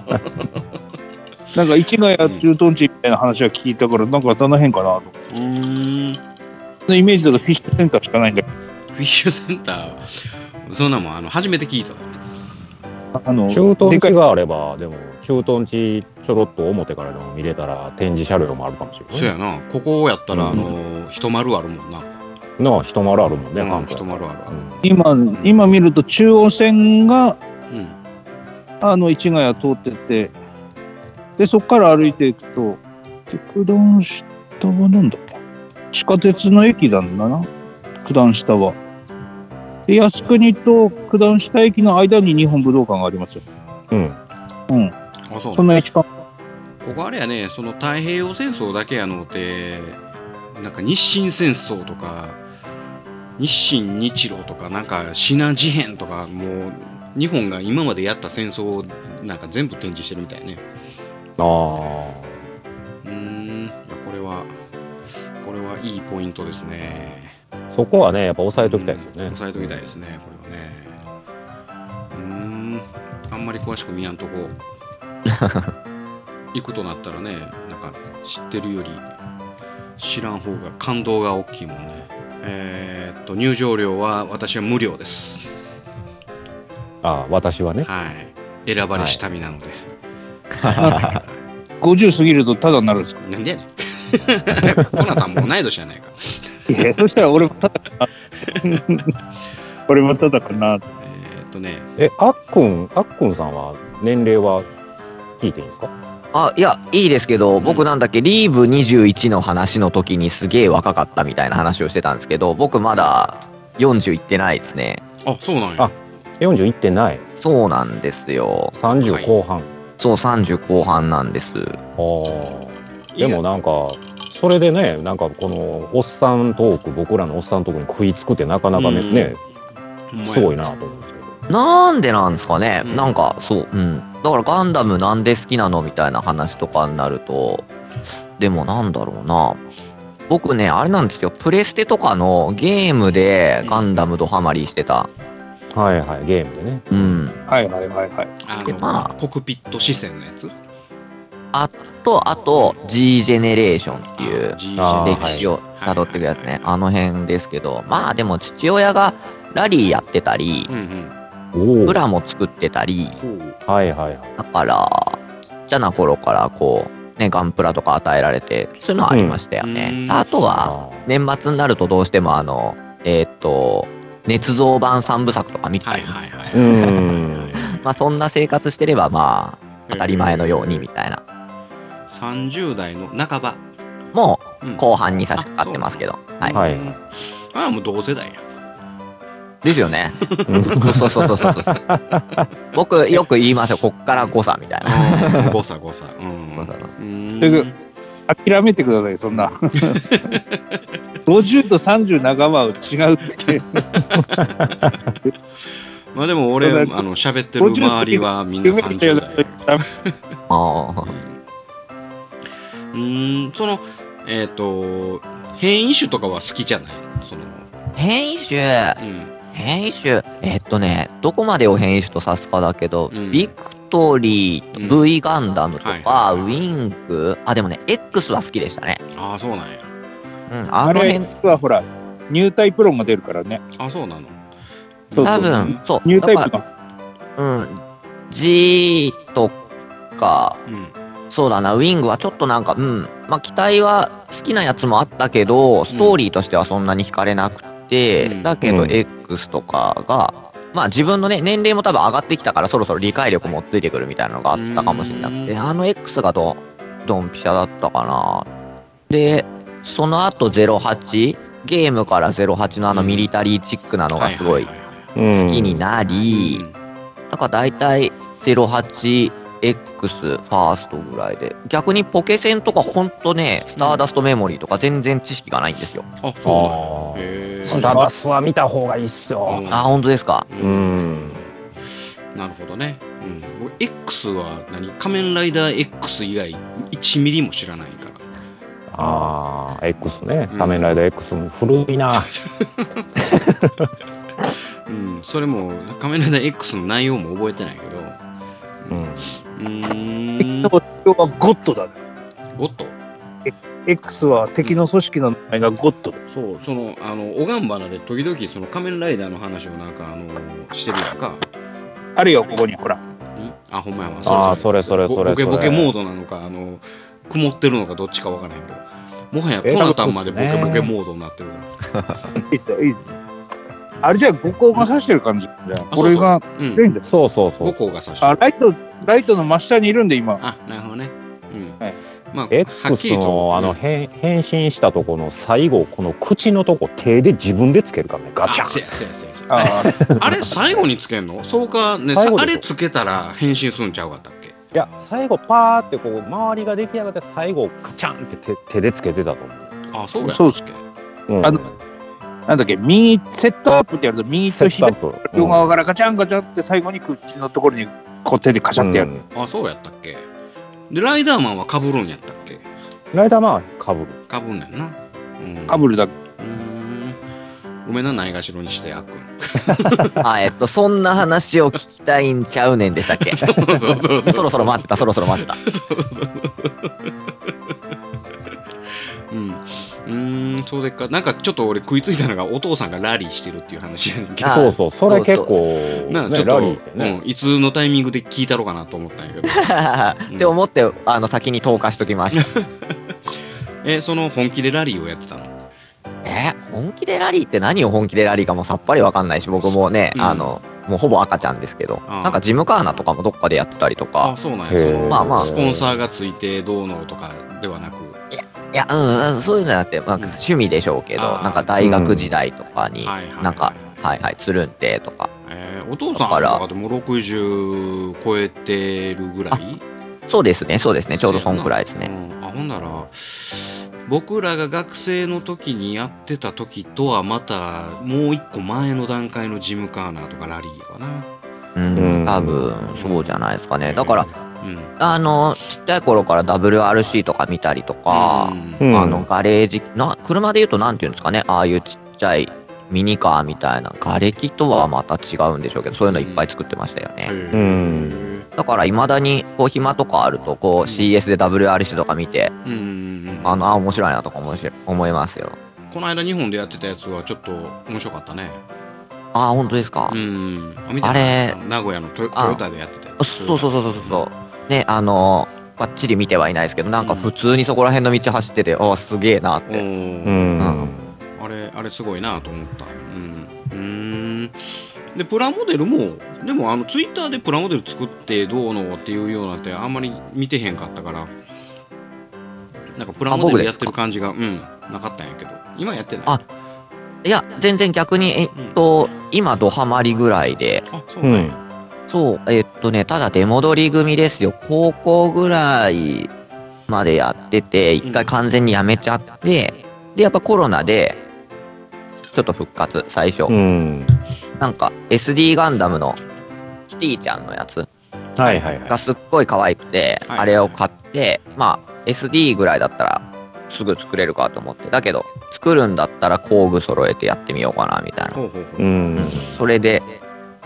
[SPEAKER 4] なんか、市ヶ谷駐屯地みたいな話は聞いたから、なんか、その辺かなと。
[SPEAKER 1] うーん。フ
[SPEAKER 4] そのイメージだとフィッシュセンターしかないんだけ
[SPEAKER 1] ィッシュセンター、そんなもんあの初めて聞いた。
[SPEAKER 4] ど、あの、
[SPEAKER 2] 駐
[SPEAKER 4] で
[SPEAKER 2] 屯
[SPEAKER 4] か
[SPEAKER 2] 地
[SPEAKER 4] い、
[SPEAKER 2] があれば、でも、駐屯地ちょろっと表からでも見れたら、展示車両もあるかもしれない。
[SPEAKER 1] そうやな。ここやったら、
[SPEAKER 2] うん
[SPEAKER 1] あの、一丸あるもんな。
[SPEAKER 2] なあ、人丸あるもんね、
[SPEAKER 1] うん、
[SPEAKER 2] 関東
[SPEAKER 1] 一丸あるある。
[SPEAKER 4] 今、今見ると、中央線が、
[SPEAKER 1] うん。
[SPEAKER 4] あの、市ヶ谷通ってて、で、そこから歩いていくと、九段下はなんだっけ地下鉄の駅なんだな、九段下は。で、靖国と九段下駅の間に日本武道館がありますよ。
[SPEAKER 2] うん。うん。
[SPEAKER 1] あ、そう
[SPEAKER 4] そ
[SPEAKER 1] なん
[SPEAKER 4] んな駅間。
[SPEAKER 1] ここあれやね、その太平洋戦争だけやのうて、なんか日清戦争とか、日清日露とか、なんかシナ事変とか、もう日本が今までやった戦争をなんか全部展示してるみたいね。
[SPEAKER 2] ああ。
[SPEAKER 1] うーん、いやこれは、これはいいポイントですね。
[SPEAKER 2] そこはね、やっぱ押さえときたいですよね。
[SPEAKER 1] 押さえときたいですね、これはね。うーん、あんまり詳しく見やんとこ。行くとなったらねなんか知ってるより知らん方が感動が大きいもんねえーっと入場料は私は無料です
[SPEAKER 2] あ私はね。
[SPEAKER 1] はい選ばれした身なので、
[SPEAKER 4] 50過ぎるとタダになるんですか
[SPEAKER 1] なんでやねんコナタンも同い年じゃないか
[SPEAKER 4] いやそしたら俺もタダか
[SPEAKER 1] (laughs)
[SPEAKER 4] な俺もタダか
[SPEAKER 1] え
[SPEAKER 4] な
[SPEAKER 1] ーっとね
[SPEAKER 2] え、あっくん、あっくんさんは年齢は聞いていいんですか
[SPEAKER 6] あ、いや、いいですけど、僕なんだっけ、リーブ21の話の時にすげえ若かったみたいな話をしてたんですけど、僕まだ40いってないですね。
[SPEAKER 1] あそうなんや
[SPEAKER 2] あ ?41 ってない。
[SPEAKER 6] そうなんですよ。
[SPEAKER 1] はい
[SPEAKER 2] 30後半。
[SPEAKER 6] そう、30後半なんです。
[SPEAKER 2] ああ。でもなんか、それでね、なんかこのおっさんトーク、僕らのおっさんトークに食いつくってなかなかね、
[SPEAKER 1] うん
[SPEAKER 2] ね
[SPEAKER 1] ほんまや
[SPEAKER 2] すごいなと思うんですけど。
[SPEAKER 6] なんでなんですかね、
[SPEAKER 1] うん
[SPEAKER 6] なんかそう、うん。だからガンダムなんで好きなのみたいな話とかになると、でもなんだろうな。僕ね、あれなんですよ、プレステとかのゲームでガンダムドハマりしてた。
[SPEAKER 2] はいはい、ゲームでね。
[SPEAKER 6] うん。
[SPEAKER 4] はいはいはいはい
[SPEAKER 1] あ
[SPEAKER 6] でま
[SPEAKER 1] のコクピット視線のやつ
[SPEAKER 6] と、あと、G ジェネレーションっていう
[SPEAKER 2] あー
[SPEAKER 6] 歴史を辿っていくやつね。あの辺ですけど、まあでも父親がラリーやってたり
[SPEAKER 1] う、んうん
[SPEAKER 2] おお。
[SPEAKER 6] プラも作ってたり、
[SPEAKER 1] ほう
[SPEAKER 2] はいはいはい。
[SPEAKER 6] だから、ちっちゃな頃からこう、ね、ガンプラとか与えられて、そういうのはありましたよ
[SPEAKER 1] うん
[SPEAKER 6] ね。
[SPEAKER 1] うん
[SPEAKER 6] あと
[SPEAKER 2] あ
[SPEAKER 6] は、年末になるとどうしてもあの、えーっと、捏造版三部作とか見てた
[SPEAKER 1] はい
[SPEAKER 6] り、
[SPEAKER 1] はいはい
[SPEAKER 2] ーう
[SPEAKER 1] はい
[SPEAKER 2] ん。
[SPEAKER 6] まあそんな生活してればまあ、当たり前のようにみたいな。
[SPEAKER 1] 30代の半ば、
[SPEAKER 6] も
[SPEAKER 1] うん
[SPEAKER 6] う、後半に差し掛かってますけど。はい。
[SPEAKER 2] はい
[SPEAKER 1] うんあらもう同世代や
[SPEAKER 6] ですよね。
[SPEAKER 2] うん
[SPEAKER 6] そうそうそうそうそう。僕、よく言いますよ。こっから誤差みたいな。
[SPEAKER 1] (laughs) うん誤差誤差う
[SPEAKER 6] 誤
[SPEAKER 1] ん
[SPEAKER 6] 差の
[SPEAKER 1] うん
[SPEAKER 4] で諦めてくださいそ
[SPEAKER 1] (laughs)
[SPEAKER 4] んな50と30仲間は違う
[SPEAKER 1] (laughs)
[SPEAKER 4] って
[SPEAKER 1] まあでも俺あ
[SPEAKER 4] ただ
[SPEAKER 1] の喋ってる周りはみんな30代
[SPEAKER 6] あ
[SPEAKER 1] う
[SPEAKER 6] あ。
[SPEAKER 1] んうんそのえっ、と変異種とかは好きじゃないその
[SPEAKER 6] 編集
[SPEAKER 1] うん
[SPEAKER 6] 編集えっとねどこまでを編集と指すかだけど、
[SPEAKER 1] うん
[SPEAKER 6] ビクトリー、
[SPEAKER 1] うん
[SPEAKER 6] V ガンダムとか、
[SPEAKER 1] はいはいはい
[SPEAKER 6] ウィンクあでもね X は好きでしたね、
[SPEAKER 1] ああそうなんや
[SPEAKER 6] うん、あ
[SPEAKER 4] あ
[SPEAKER 6] の
[SPEAKER 4] れ
[SPEAKER 6] 辺
[SPEAKER 4] はほら入隊プロも出るからね
[SPEAKER 1] あそうなの
[SPEAKER 4] そうそう
[SPEAKER 6] 多分そう
[SPEAKER 4] ニュータイ
[SPEAKER 6] だ
[SPEAKER 4] プ
[SPEAKER 6] か
[SPEAKER 4] の
[SPEAKER 6] らうん G とか
[SPEAKER 1] うん
[SPEAKER 6] そうだなウィングはちょっとなんかうんまあ機体は好きなやつもあったけどストーリーとしてはそんなに惹かれなくて、
[SPEAKER 1] うん
[SPEAKER 6] だけど
[SPEAKER 2] うん
[SPEAKER 6] X とかが、まあ自分のね、年齢も多分上がってきたから、そろそろ理解力もついてくるみたいなのがあったかもしれなく
[SPEAKER 1] う
[SPEAKER 6] て、
[SPEAKER 1] ん
[SPEAKER 6] あの X がドン、ドンピシャだったかな。で、その後08、ゲームから08のあのミリタリーチックなのがすごい
[SPEAKER 1] はははは
[SPEAKER 2] うん
[SPEAKER 6] (laughs) 好きになり、
[SPEAKER 1] うん
[SPEAKER 6] なんか大体 08X ファーストぐらいで、逆にポケセンとかほんとね、スターダストメモリーとか全然知識がないんですよ。
[SPEAKER 1] あそうなんや
[SPEAKER 2] ああ。
[SPEAKER 1] へ
[SPEAKER 2] ス
[SPEAKER 1] ー
[SPEAKER 2] タバスは見た方がいいっすよ。
[SPEAKER 1] うん
[SPEAKER 6] あ、本当で
[SPEAKER 1] (laughs)
[SPEAKER 6] すか
[SPEAKER 2] うん
[SPEAKER 1] なるほどね、うん、俺 X は何仮面ライダー X 以外1ミリも知らないから
[SPEAKER 2] ああ、X ね
[SPEAKER 1] う。ん
[SPEAKER 2] 仮面ライダー X も古いな。
[SPEAKER 1] (laughs) うん、それも「仮面ライダー X」の内容も覚えてないけどう
[SPEAKER 2] うん。
[SPEAKER 1] ーん
[SPEAKER 4] 今
[SPEAKER 1] ゴ
[SPEAKER 4] 日はゴッドだね
[SPEAKER 1] ッド
[SPEAKER 4] X は敵の組織の名前がゴッドだ
[SPEAKER 1] そうそのあのおがんばなで時々その仮面ライダーの話をなんかあのしてるやんか
[SPEAKER 4] あるよここにほら
[SPEAKER 1] んあほんまやわ
[SPEAKER 2] ああ、それそれ
[SPEAKER 1] ボ
[SPEAKER 2] それ。
[SPEAKER 1] ボケボ
[SPEAKER 2] それ
[SPEAKER 1] ケモードなのかあの曇ってるのかどっちかわからへんけどもはや
[SPEAKER 2] え
[SPEAKER 1] コナタンまでボ
[SPEAKER 2] そう
[SPEAKER 1] ケ
[SPEAKER 2] ですね
[SPEAKER 1] ボケモードになってるから
[SPEAKER 4] いいですよいいですよあれじゃあ五光が指してる感じじゃん
[SPEAKER 1] あ
[SPEAKER 4] これが
[SPEAKER 1] うん
[SPEAKER 4] レインです
[SPEAKER 2] そうそうそ
[SPEAKER 1] 五
[SPEAKER 2] う。
[SPEAKER 1] 個が差して
[SPEAKER 4] あライトライトの真下にいるんで (laughs) 今
[SPEAKER 1] あなるほどねうん、
[SPEAKER 4] はい
[SPEAKER 1] まあはっき
[SPEAKER 2] X
[SPEAKER 1] りと
[SPEAKER 2] のあの変変身したとこの最後この口のとこ手で自分でつけるからねガチ
[SPEAKER 1] あせ
[SPEAKER 2] ャン
[SPEAKER 1] やせやせやせや
[SPEAKER 4] あー
[SPEAKER 1] あれ最後につけんのそうかね
[SPEAKER 2] 最
[SPEAKER 1] さ
[SPEAKER 2] 後でし
[SPEAKER 1] あ
[SPEAKER 2] ょ
[SPEAKER 1] れつけたら変身するんちゃうかったっけ
[SPEAKER 2] いや最後パーってこう周りが出来上がって最後カチャンって手手でつけてたと思
[SPEAKER 1] あそうや
[SPEAKER 4] そう
[SPEAKER 1] っ
[SPEAKER 4] っす
[SPEAKER 1] け
[SPEAKER 2] う、うん、
[SPEAKER 4] あのなんだっけ右セットアップってやると右
[SPEAKER 2] セ
[SPEAKER 4] と
[SPEAKER 2] ットア
[SPEAKER 4] 左
[SPEAKER 2] ップ
[SPEAKER 4] 両側からガチャンガチャンって最後に口のところにこう手でカシャってやる、
[SPEAKER 2] うん
[SPEAKER 1] あそうやったっけでライダーマンはかぶるんやったっけ
[SPEAKER 2] ライダーマンかぶる
[SPEAKER 1] かぶんねんな、うん、
[SPEAKER 4] カブルだけ
[SPEAKER 1] うーんごめんな、ないがしろにして、あっく
[SPEAKER 2] (laughs)
[SPEAKER 1] ん。
[SPEAKER 6] あ、えっと、そんな話を聞きたいんちゃうねんでしたっけ
[SPEAKER 1] (laughs)
[SPEAKER 6] そ
[SPEAKER 1] そうそうそうそう
[SPEAKER 6] ろそろ待ってた、そろそろ待ってた。
[SPEAKER 1] うん、うーん、そうでっか。なんかちょっと俺食いついたのが、お父さんがラリーしてるっていう話やねんけど。
[SPEAKER 6] あ
[SPEAKER 2] そうそう、それ結構、
[SPEAKER 1] な
[SPEAKER 2] ね、
[SPEAKER 1] んかちょっ
[SPEAKER 2] ラ
[SPEAKER 1] と、
[SPEAKER 2] リーってね。
[SPEAKER 1] うん、いつのタイミングで聞いたろうかなと思ったんやけど
[SPEAKER 6] って思って、あの、先に投下しときました。
[SPEAKER 1] えその本気でラリーをやってたの
[SPEAKER 6] え、本気でラリーって何を本気でラリーかもさっぱりわかんないし、僕もね、
[SPEAKER 1] うん
[SPEAKER 6] あの、もうほぼ赤ちゃんですけど、
[SPEAKER 1] ああ
[SPEAKER 6] なんかジムカーナとかもどっかでやってたりと
[SPEAKER 1] あ
[SPEAKER 6] か、
[SPEAKER 1] そうなん
[SPEAKER 2] へ
[SPEAKER 1] や
[SPEAKER 2] ー
[SPEAKER 1] その、
[SPEAKER 6] まあまあ
[SPEAKER 1] スポンサーがついてどうのとかではなく
[SPEAKER 6] いや、うん、うん、そういうのじゃなくて、まあ、
[SPEAKER 1] うん
[SPEAKER 6] 趣味でしょうけど、
[SPEAKER 1] ああ
[SPEAKER 6] なんか大学時代とかに、
[SPEAKER 1] はいはいはい
[SPEAKER 6] なんか、はいはい、つるんでとか、
[SPEAKER 1] えーお父さんと
[SPEAKER 6] だから
[SPEAKER 1] かでも60超えてるぐらい
[SPEAKER 6] そうですね、そうですね、ちょうどそんくらいですね。
[SPEAKER 1] うん、あほんなら僕らが学生の時にやってた時とはまたもう一個前の段階のジムカーナーとかラリーかな
[SPEAKER 6] うん、
[SPEAKER 2] うん
[SPEAKER 6] 多分、そうじゃないですかね。だから、
[SPEAKER 1] うん
[SPEAKER 6] あの、ちっちゃい頃から WRC とか見たりとか
[SPEAKER 1] う、ん
[SPEAKER 2] うん
[SPEAKER 6] あの、ガレージ、な、車で言うとなんていうんですかね、ああいうちっちゃいミニカーみたいな、瓦礫とはまた違うんでしょうけど、そういうのいっぱい作ってましたよ
[SPEAKER 1] へ
[SPEAKER 6] ね。
[SPEAKER 2] う
[SPEAKER 1] ー
[SPEAKER 2] ん
[SPEAKER 6] だから、未だに、こう、暇とかあると、こう、CS で WRC とか見て、
[SPEAKER 1] うんうんうん
[SPEAKER 6] あの、あ、面白いなとか思い思いますよ。
[SPEAKER 1] この間日本でやってたやつはちょっと面白かったね
[SPEAKER 6] あ、本当ですか
[SPEAKER 1] う。んあ見てな
[SPEAKER 6] あれ
[SPEAKER 1] 名古屋のトヨト
[SPEAKER 6] あ
[SPEAKER 1] ヨタでやってたや
[SPEAKER 6] あ
[SPEAKER 1] つ
[SPEAKER 6] そうそうそうそうそうそう。ね、あの、ばっちり見てはいないですけど、なんか普通にそこら辺の道走ってて、あすげえなっ
[SPEAKER 1] お
[SPEAKER 6] て。
[SPEAKER 1] ー
[SPEAKER 2] うん
[SPEAKER 6] うん
[SPEAKER 1] あれあれすごいなと思ったうんうーんでプラモデルもでもあのツイッターでプラモデル作ってどうのっていうようなんてあんまり見てへんかったからなんかプラモデルやってる感じがうんなかったんやけど今やってない
[SPEAKER 6] あいや、全然逆に、えっと、今、ドハマりぐらいで、
[SPEAKER 1] あそう
[SPEAKER 2] う
[SPEAKER 1] なんや、
[SPEAKER 2] ん
[SPEAKER 6] そう、えっとね、ただ出戻り組ですよ。高校ぐらいまでやってて、一回完全にやめちゃって、で、やっぱコロナで、ちょっと復活、最初。
[SPEAKER 2] うん
[SPEAKER 6] なんか、SD ガンダムのキティちゃんのやつ
[SPEAKER 2] はいはいはい
[SPEAKER 6] がすっごい可愛くて、
[SPEAKER 1] はい
[SPEAKER 6] あれを買って、まあ、SD ぐらいだったら、すぐ作れるかと思って。だけど、作るんだったら工具揃えてやってみようかな、みたいな。
[SPEAKER 1] ほうほうほう、
[SPEAKER 2] うん
[SPEAKER 6] それで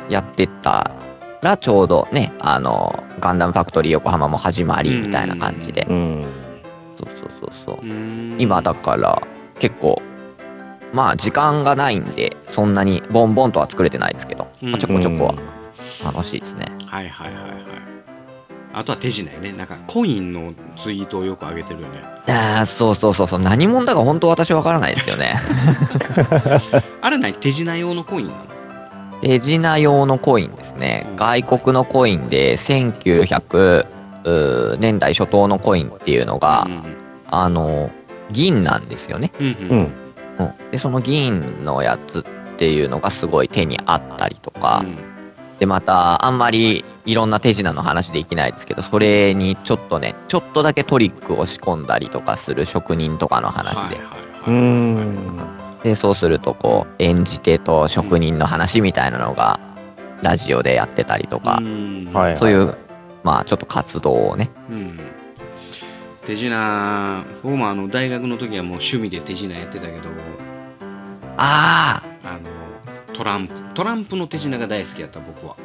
[SPEAKER 6] やってったら、ちょうどね、あの、ガンダムファクトリー横浜も始まりみたいな感じで
[SPEAKER 2] う、ん
[SPEAKER 6] そうそうそうそう。
[SPEAKER 1] うーん
[SPEAKER 6] 今だから、結構、まあ時間がないんで、そんなにボンボンとは作れてないですけど、
[SPEAKER 1] うん
[SPEAKER 6] ちょこちょこは楽しいですね。
[SPEAKER 1] はいはいはいはいあとは手品やねなんかコインのツイートをよく上げてるよね
[SPEAKER 6] ああ、そうそうそうそう、何者だか本当私わからないですよね。
[SPEAKER 1] あれない手品用のコインなの
[SPEAKER 6] 手品用のコインですね
[SPEAKER 1] うん。
[SPEAKER 6] 外国のコインで、1900うー年代初頭のコインっていうのが、
[SPEAKER 1] うん
[SPEAKER 6] あの、銀なんですよね。
[SPEAKER 1] うん
[SPEAKER 2] う
[SPEAKER 1] うんん
[SPEAKER 6] うん、でその銀のやつっていうのがすごい手にあったりとか、でまたあんまりいろんな手品の話できないですけどそれにちょっとねちょっとだけトリックを仕込んだりとかする職人とかの話で、
[SPEAKER 1] は
[SPEAKER 2] う
[SPEAKER 1] いはいはい
[SPEAKER 2] ん
[SPEAKER 6] でそうするとこう演じ手と職人の話みたいなのがラジオでやってたりとか、
[SPEAKER 1] うん
[SPEAKER 2] はい
[SPEAKER 6] そういうまあちょっと活動をね
[SPEAKER 1] うん手品僕もあの大学の時はもう趣味で手品やってたけど
[SPEAKER 6] あー
[SPEAKER 1] あのトランプトランプの手品が大好きやった僕は、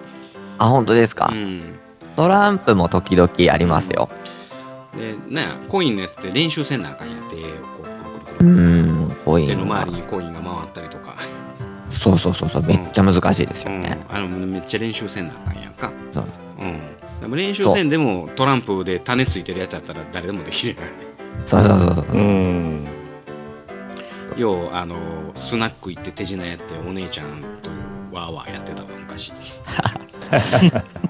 [SPEAKER 6] あ本当ですか、
[SPEAKER 1] うん、
[SPEAKER 6] トランプも時々ありますよ
[SPEAKER 1] でなあコインのやつって練習せんなあかんやってこうくるくるく
[SPEAKER 6] う
[SPEAKER 1] る
[SPEAKER 6] んコイ
[SPEAKER 1] 手の
[SPEAKER 6] ンは
[SPEAKER 1] 周りにコインが回ったりとか、
[SPEAKER 6] そうそうそうそうめっちゃ難しいですよね、
[SPEAKER 1] うん、あのめっちゃ練習せんなあかんやんか
[SPEAKER 6] そう
[SPEAKER 1] うん、でも練習せんでもトランプで種ついてるやつやったら誰でもできるやん
[SPEAKER 6] そうそうそうそう。
[SPEAKER 2] うん
[SPEAKER 1] ようあのスナック行って手品やってお姉ちゃんとわーわーやってたわ昔
[SPEAKER 6] い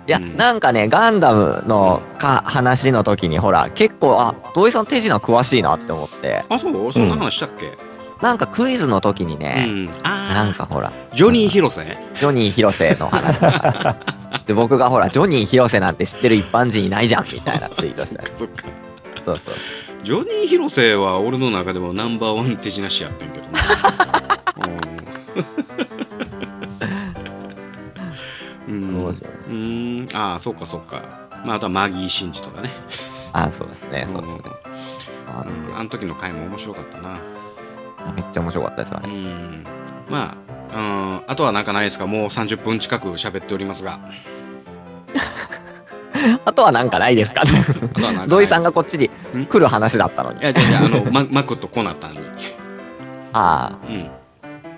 [SPEAKER 6] や、
[SPEAKER 1] うん
[SPEAKER 6] なんかね、ガンダムのか話の時に、ほら、結構、あ、土井さん手品詳しいなって思って、
[SPEAKER 1] あそうそんな話したっけ、
[SPEAKER 6] なんかクイズの時に
[SPEAKER 1] う
[SPEAKER 6] ね、
[SPEAKER 1] ん、
[SPEAKER 6] なん
[SPEAKER 1] あ
[SPEAKER 6] かほら、
[SPEAKER 1] あジョニー広瀬
[SPEAKER 6] ジョニー広瀬の話と
[SPEAKER 1] (laughs)
[SPEAKER 6] かで、僕がほら、ジョニー広瀬なんて知ってる一般人いないじゃん、みたいなツイート
[SPEAKER 1] そっ
[SPEAKER 6] した
[SPEAKER 1] か
[SPEAKER 6] り。
[SPEAKER 1] そっか
[SPEAKER 6] そうそう。
[SPEAKER 1] ジョニー広瀬は俺の中でもナンバーワン手品師やってんけどな (laughs) うん
[SPEAKER 6] ど
[SPEAKER 1] う
[SPEAKER 6] うんしよう
[SPEAKER 1] うんああそうかそうかまああとはマギー・シンジとかね
[SPEAKER 6] あ、そうですね、そうですね。
[SPEAKER 1] う
[SPEAKER 6] あ
[SPEAKER 1] ん、あの時の回も面白かったな
[SPEAKER 6] めっちゃ面白かったですよ
[SPEAKER 1] う
[SPEAKER 6] ね。
[SPEAKER 1] んまあ、うん、あとはなんかないですか、もう30分近く喋っておりますが、
[SPEAKER 6] あとはなんかないです (laughs) か
[SPEAKER 1] あとは
[SPEAKER 2] (laughs)
[SPEAKER 1] なんかないです
[SPEAKER 6] 土井さんがこっちに来る話だったのに
[SPEAKER 1] い。や、じゃあじゃあ、あの、ま、マクとコナタンに。
[SPEAKER 6] あ
[SPEAKER 1] うん。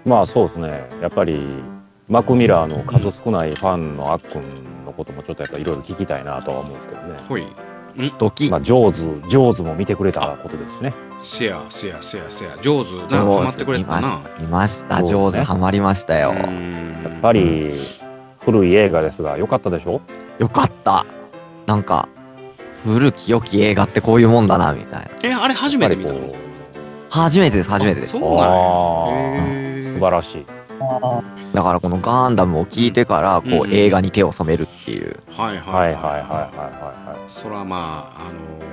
[SPEAKER 2] まあそうですね、やっぱりマクミラーの数少ないファンのあっくんのこともちょっとやっぱいろいろ聞きたいなとは思うんですけどね、
[SPEAKER 1] ほい。
[SPEAKER 6] あ、ドキ
[SPEAKER 2] まあ、ジョーズ、ジョーズも見てくれたことですしね、
[SPEAKER 1] せや、せや、せや、せや。上手な、ハマってくれたな。
[SPEAKER 6] 見ました、
[SPEAKER 2] そうです
[SPEAKER 6] 上手、
[SPEAKER 2] ね
[SPEAKER 6] ハマりましたよ。
[SPEAKER 2] やっぱり古い映画ですが、良かったでしょ
[SPEAKER 6] よかった。なんか、古き良き映画ってこういうもんだな、みたいな。
[SPEAKER 1] え、あれ初めて見た
[SPEAKER 2] やっぱ
[SPEAKER 1] の
[SPEAKER 2] り
[SPEAKER 6] 初めてです、初めてで
[SPEAKER 1] あそ
[SPEAKER 6] す。
[SPEAKER 1] うなんや
[SPEAKER 2] あー
[SPEAKER 1] へ
[SPEAKER 2] 素
[SPEAKER 1] ー
[SPEAKER 2] 晴らしい。
[SPEAKER 6] だからこのガンダムを聞いてから、
[SPEAKER 1] うん
[SPEAKER 6] こ
[SPEAKER 1] う
[SPEAKER 6] う、
[SPEAKER 1] ん
[SPEAKER 6] 映画に手を染めるっていう。
[SPEAKER 1] はいは
[SPEAKER 2] はいいはいはいはいはい。
[SPEAKER 1] そらまあ、あのー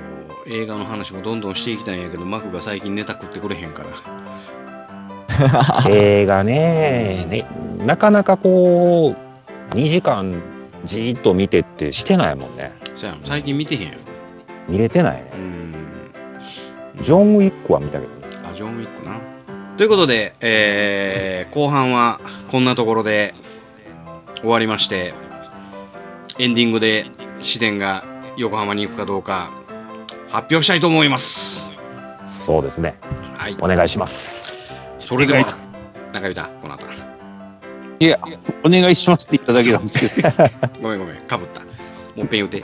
[SPEAKER 1] 映画の話もどんどんしていきたいんやけど、マクが最近ネタ食ってくれへんから。 (laughs)
[SPEAKER 2] 映画ねね、なかなかこう、2時間じーっと見てってしてないもんね。
[SPEAKER 1] せやん、最近見てへんよ。
[SPEAKER 2] 見れてないね
[SPEAKER 1] う。ん。
[SPEAKER 2] ジョン・ウィックは見たけどね。
[SPEAKER 1] あ、ジョンウィックな。ということで、えー後半はこんなところで終わりまして、エンディングで試練が横浜に行くかどうか発表したいと思います。
[SPEAKER 2] そうですね。
[SPEAKER 1] はい。
[SPEAKER 2] お願いします。
[SPEAKER 1] それでは、中言うた、この後。
[SPEAKER 4] いや、お願いしますって言っただけなんですけど。 (laughs)
[SPEAKER 1] ごめんごめん、かぶった。もっぺん言うて。
[SPEAKER 4] い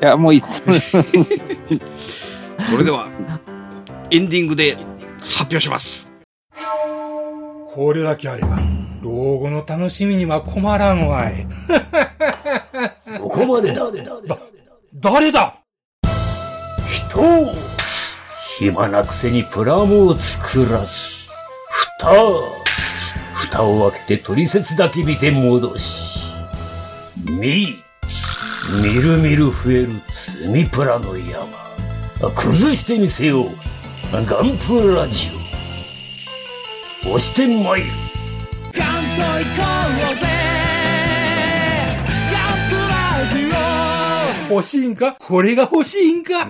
[SPEAKER 4] や、もういいです。
[SPEAKER 1] それでは、エンディングで発表します。
[SPEAKER 10] これだけあれば、老後の楽しみには困らんわい。 (laughs)
[SPEAKER 9] ここまでだ
[SPEAKER 10] 誰だ
[SPEAKER 9] 人を暇なくせにプラモを作らず蓋蓋を開けて取説だけ見て戻し見みるみる増える積みプラの山あ崩してみせようガンプラジオ押してまいる
[SPEAKER 10] 欲しいんかこれが欲しいんか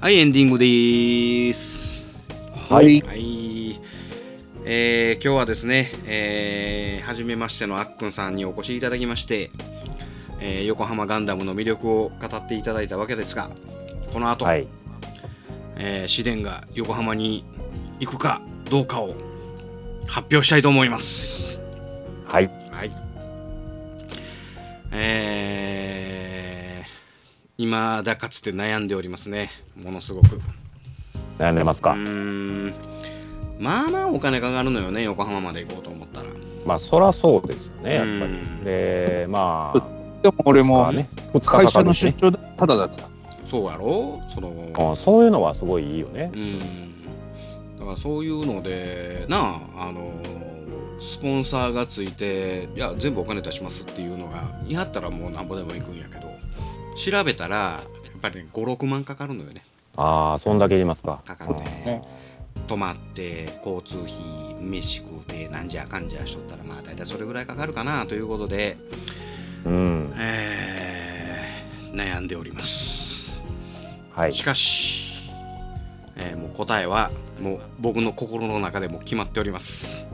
[SPEAKER 1] はい、エンディングでーす。
[SPEAKER 2] はい。
[SPEAKER 1] はい。えー今日はですね、えー、初めましてのあっくんさんにお越しいただきまして、えー横浜ガンダムの魅力を語っていただいたわけですが、この後、
[SPEAKER 2] はい。
[SPEAKER 1] えー、市電が横浜に行くかどうかを発表したいと思います。
[SPEAKER 2] はい。
[SPEAKER 1] はい。えー、今だかつて悩んでおりますね、ものすごく。
[SPEAKER 2] 悩んでます
[SPEAKER 1] う
[SPEAKER 2] か。
[SPEAKER 1] ーんまあまあお金かかるのよね横浜まで行こうと思ったら
[SPEAKER 2] まあ、そらそうですよね、やっぱ
[SPEAKER 1] うん
[SPEAKER 2] り。で、まあ、
[SPEAKER 4] でも俺も、
[SPEAKER 2] ね、2日か
[SPEAKER 4] 会
[SPEAKER 2] か
[SPEAKER 4] 社の
[SPEAKER 2] るし
[SPEAKER 4] 出
[SPEAKER 2] ね、
[SPEAKER 4] 張ただだった。
[SPEAKER 1] そうやろその
[SPEAKER 2] うんそういうのはすごいいいよね
[SPEAKER 1] う。んだからそういうのでなああのスポンサーがついていや全部お金出しますっていうのが言い張ったらもうなんぼでも行くんやけど調べたらやっぱりね56万かかるのよね
[SPEAKER 2] ああ、そんだけいますか。
[SPEAKER 1] かかるね泊まって交通費飯食うてなんじゃかんじゃしとったらまあ大体それぐらいかかるかなということで
[SPEAKER 2] うん。
[SPEAKER 1] えー悩んでおります、
[SPEAKER 2] はい。
[SPEAKER 1] しかし、えーもう答えはもう僕の心の中でも決まっております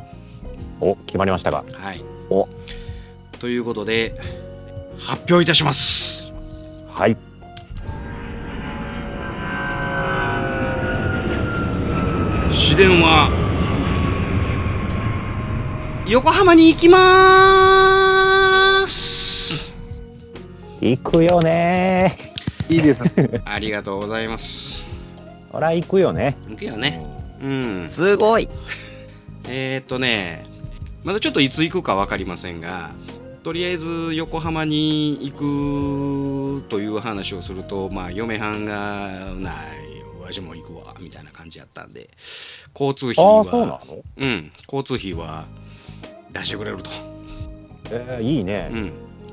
[SPEAKER 2] お、決まりましたか。
[SPEAKER 1] はい
[SPEAKER 2] お
[SPEAKER 1] ということで発表いたします
[SPEAKER 2] はい。
[SPEAKER 1] 市電は横浜に行きまーす
[SPEAKER 2] 行くよね
[SPEAKER 4] いいですね。
[SPEAKER 1] ありがとうございます
[SPEAKER 2] ー。ほら、行くよね。
[SPEAKER 1] 行くよねうん
[SPEAKER 6] すごい。
[SPEAKER 1] えーっとね、まだちょっといつ行くか分かりませんが、とりあえず横浜に行くという話をすると、まあ、嫁はんが、ない、わしも行くわ、みたいな感じやったんで、交通費
[SPEAKER 2] ああ、そうな
[SPEAKER 1] は、
[SPEAKER 2] の
[SPEAKER 1] うん、交通費は出してくれると、
[SPEAKER 2] えー、いいね
[SPEAKER 1] う。ん、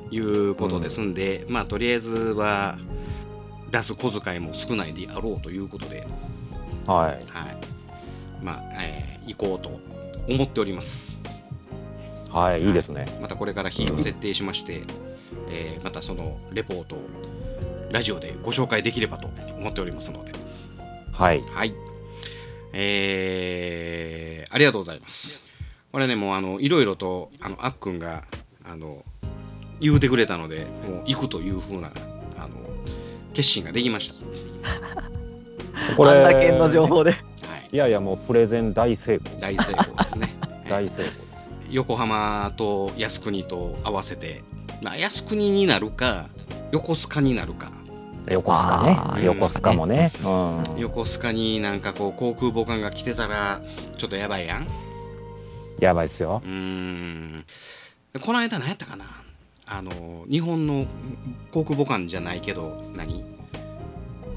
[SPEAKER 1] いうことですんで、まあ、とりあえずは、出す小遣いも少ないであろうということで、は
[SPEAKER 2] はい。
[SPEAKER 1] い、まあ、えー行こうと思っております。
[SPEAKER 2] はい、いいですね。
[SPEAKER 1] またこれから日を設定しまして、えーまたそのレポートをラジオでご紹介できればと思っておりますので、
[SPEAKER 2] はい。
[SPEAKER 1] はい。えー、ありがとうございます。これね、もうあのいろいろとあのあっくんがあの言うてくれたので、もう行くというふうなあの決心ができました。
[SPEAKER 2] これ、
[SPEAKER 1] あん
[SPEAKER 6] だけの情報で。
[SPEAKER 2] いやいや、もうプレゼン大成功。
[SPEAKER 1] 大成功です (laughs) ね。
[SPEAKER 2] 大成功。
[SPEAKER 1] 横浜と靖国と合わせて、まあ、靖国になるか横須賀になるか
[SPEAKER 2] 横須賀
[SPEAKER 1] あー
[SPEAKER 2] ね。横須賀もね。うん。
[SPEAKER 1] 横須賀になんかこう航空母艦が来てたらちょっとやばいやん
[SPEAKER 2] やばいっすよ。
[SPEAKER 1] うんでこの間何やったかなあの日本の航空母艦じゃないけど何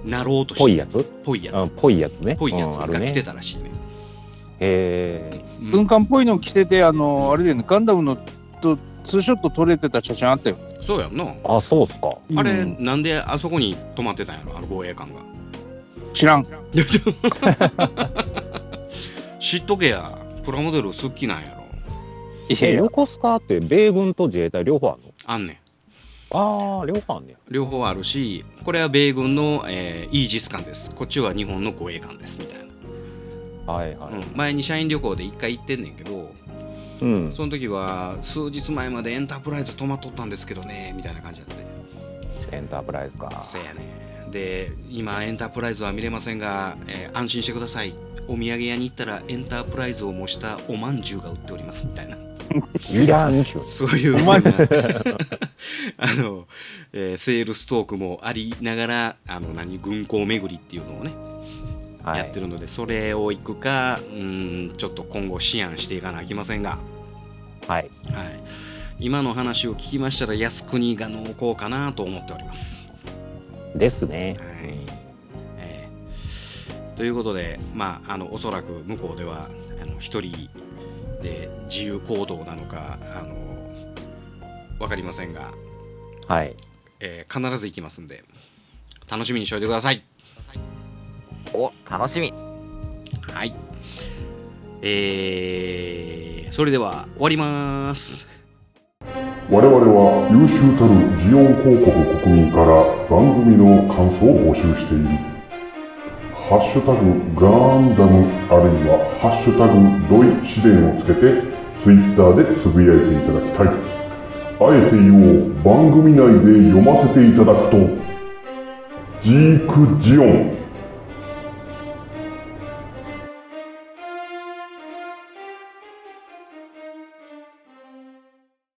[SPEAKER 1] なろうとして
[SPEAKER 2] ぽい
[SPEAKER 1] る
[SPEAKER 2] やつ
[SPEAKER 1] ぽいや
[SPEAKER 2] うん
[SPEAKER 1] つ
[SPEAKER 2] ぽいやつね。
[SPEAKER 1] ぽいやつ
[SPEAKER 2] うんある
[SPEAKER 1] が来て
[SPEAKER 2] ね。
[SPEAKER 1] たらしいね,、
[SPEAKER 2] へえ。
[SPEAKER 4] 軍艦っぽいの着てて、あの、あれだよね、ガンダムのとツーショット撮れてた写真あったよ。
[SPEAKER 1] そうやんな
[SPEAKER 2] あ、そうっすか。
[SPEAKER 1] あれ、なんであそこに泊まってたんやろあの護衛艦が
[SPEAKER 4] 知らん。
[SPEAKER 1] 知っとけやプラモデル好きなんやろ
[SPEAKER 2] え横須賀って米軍と自衛隊両方あるの
[SPEAKER 1] あんねん
[SPEAKER 2] ああ、両方あんねや。
[SPEAKER 1] 両方あるしこれは米軍の、えーイージス艦ですこっちは日本の護衛艦ですみたい
[SPEAKER 2] な、はいはい
[SPEAKER 1] うん前に社員旅行で1回行ってんねんけど
[SPEAKER 2] うん。
[SPEAKER 1] その時は数日前までエンタープライズ泊まっとったんですけどねみたいな感じやって
[SPEAKER 2] エンタープライズか
[SPEAKER 1] そうやねで今エンタープライズは見れませんが、えー安心してくださいお土産屋に行ったらエンタープライズを模したおまんじゅうが売っておりますみたいな
[SPEAKER 2] いらんしゅ。
[SPEAKER 1] そういうふう
[SPEAKER 2] お
[SPEAKER 1] なあ (laughs)
[SPEAKER 2] 前
[SPEAKER 1] の、えーセールストークもありながらあの何軍港巡りっていうのをね、やってるのでそれを行くかうーんちょっと今後思案していかなあきませんが、
[SPEAKER 2] はい
[SPEAKER 1] はい、今の話を聞きましたら靖国が濃厚かなと思っております。
[SPEAKER 2] ですね。
[SPEAKER 1] えーということで、まあ、あのおそらく向こうではあの一人で自由行動なのかあの分かりませんが、
[SPEAKER 2] はい。
[SPEAKER 1] えー必ず行きますんで楽しみにしておいてください。
[SPEAKER 6] お楽しみ
[SPEAKER 1] はい。えー、それでは終わります。
[SPEAKER 11] 我々は優秀たるジオン広告国民から番組の感想を募集している。ハッシュタグガンダムあるいはハッシュタグドイ試練をつけてツイッターでつぶやいていただきたい。あえて言おう、番組内で読ませていただくと、ジークジオン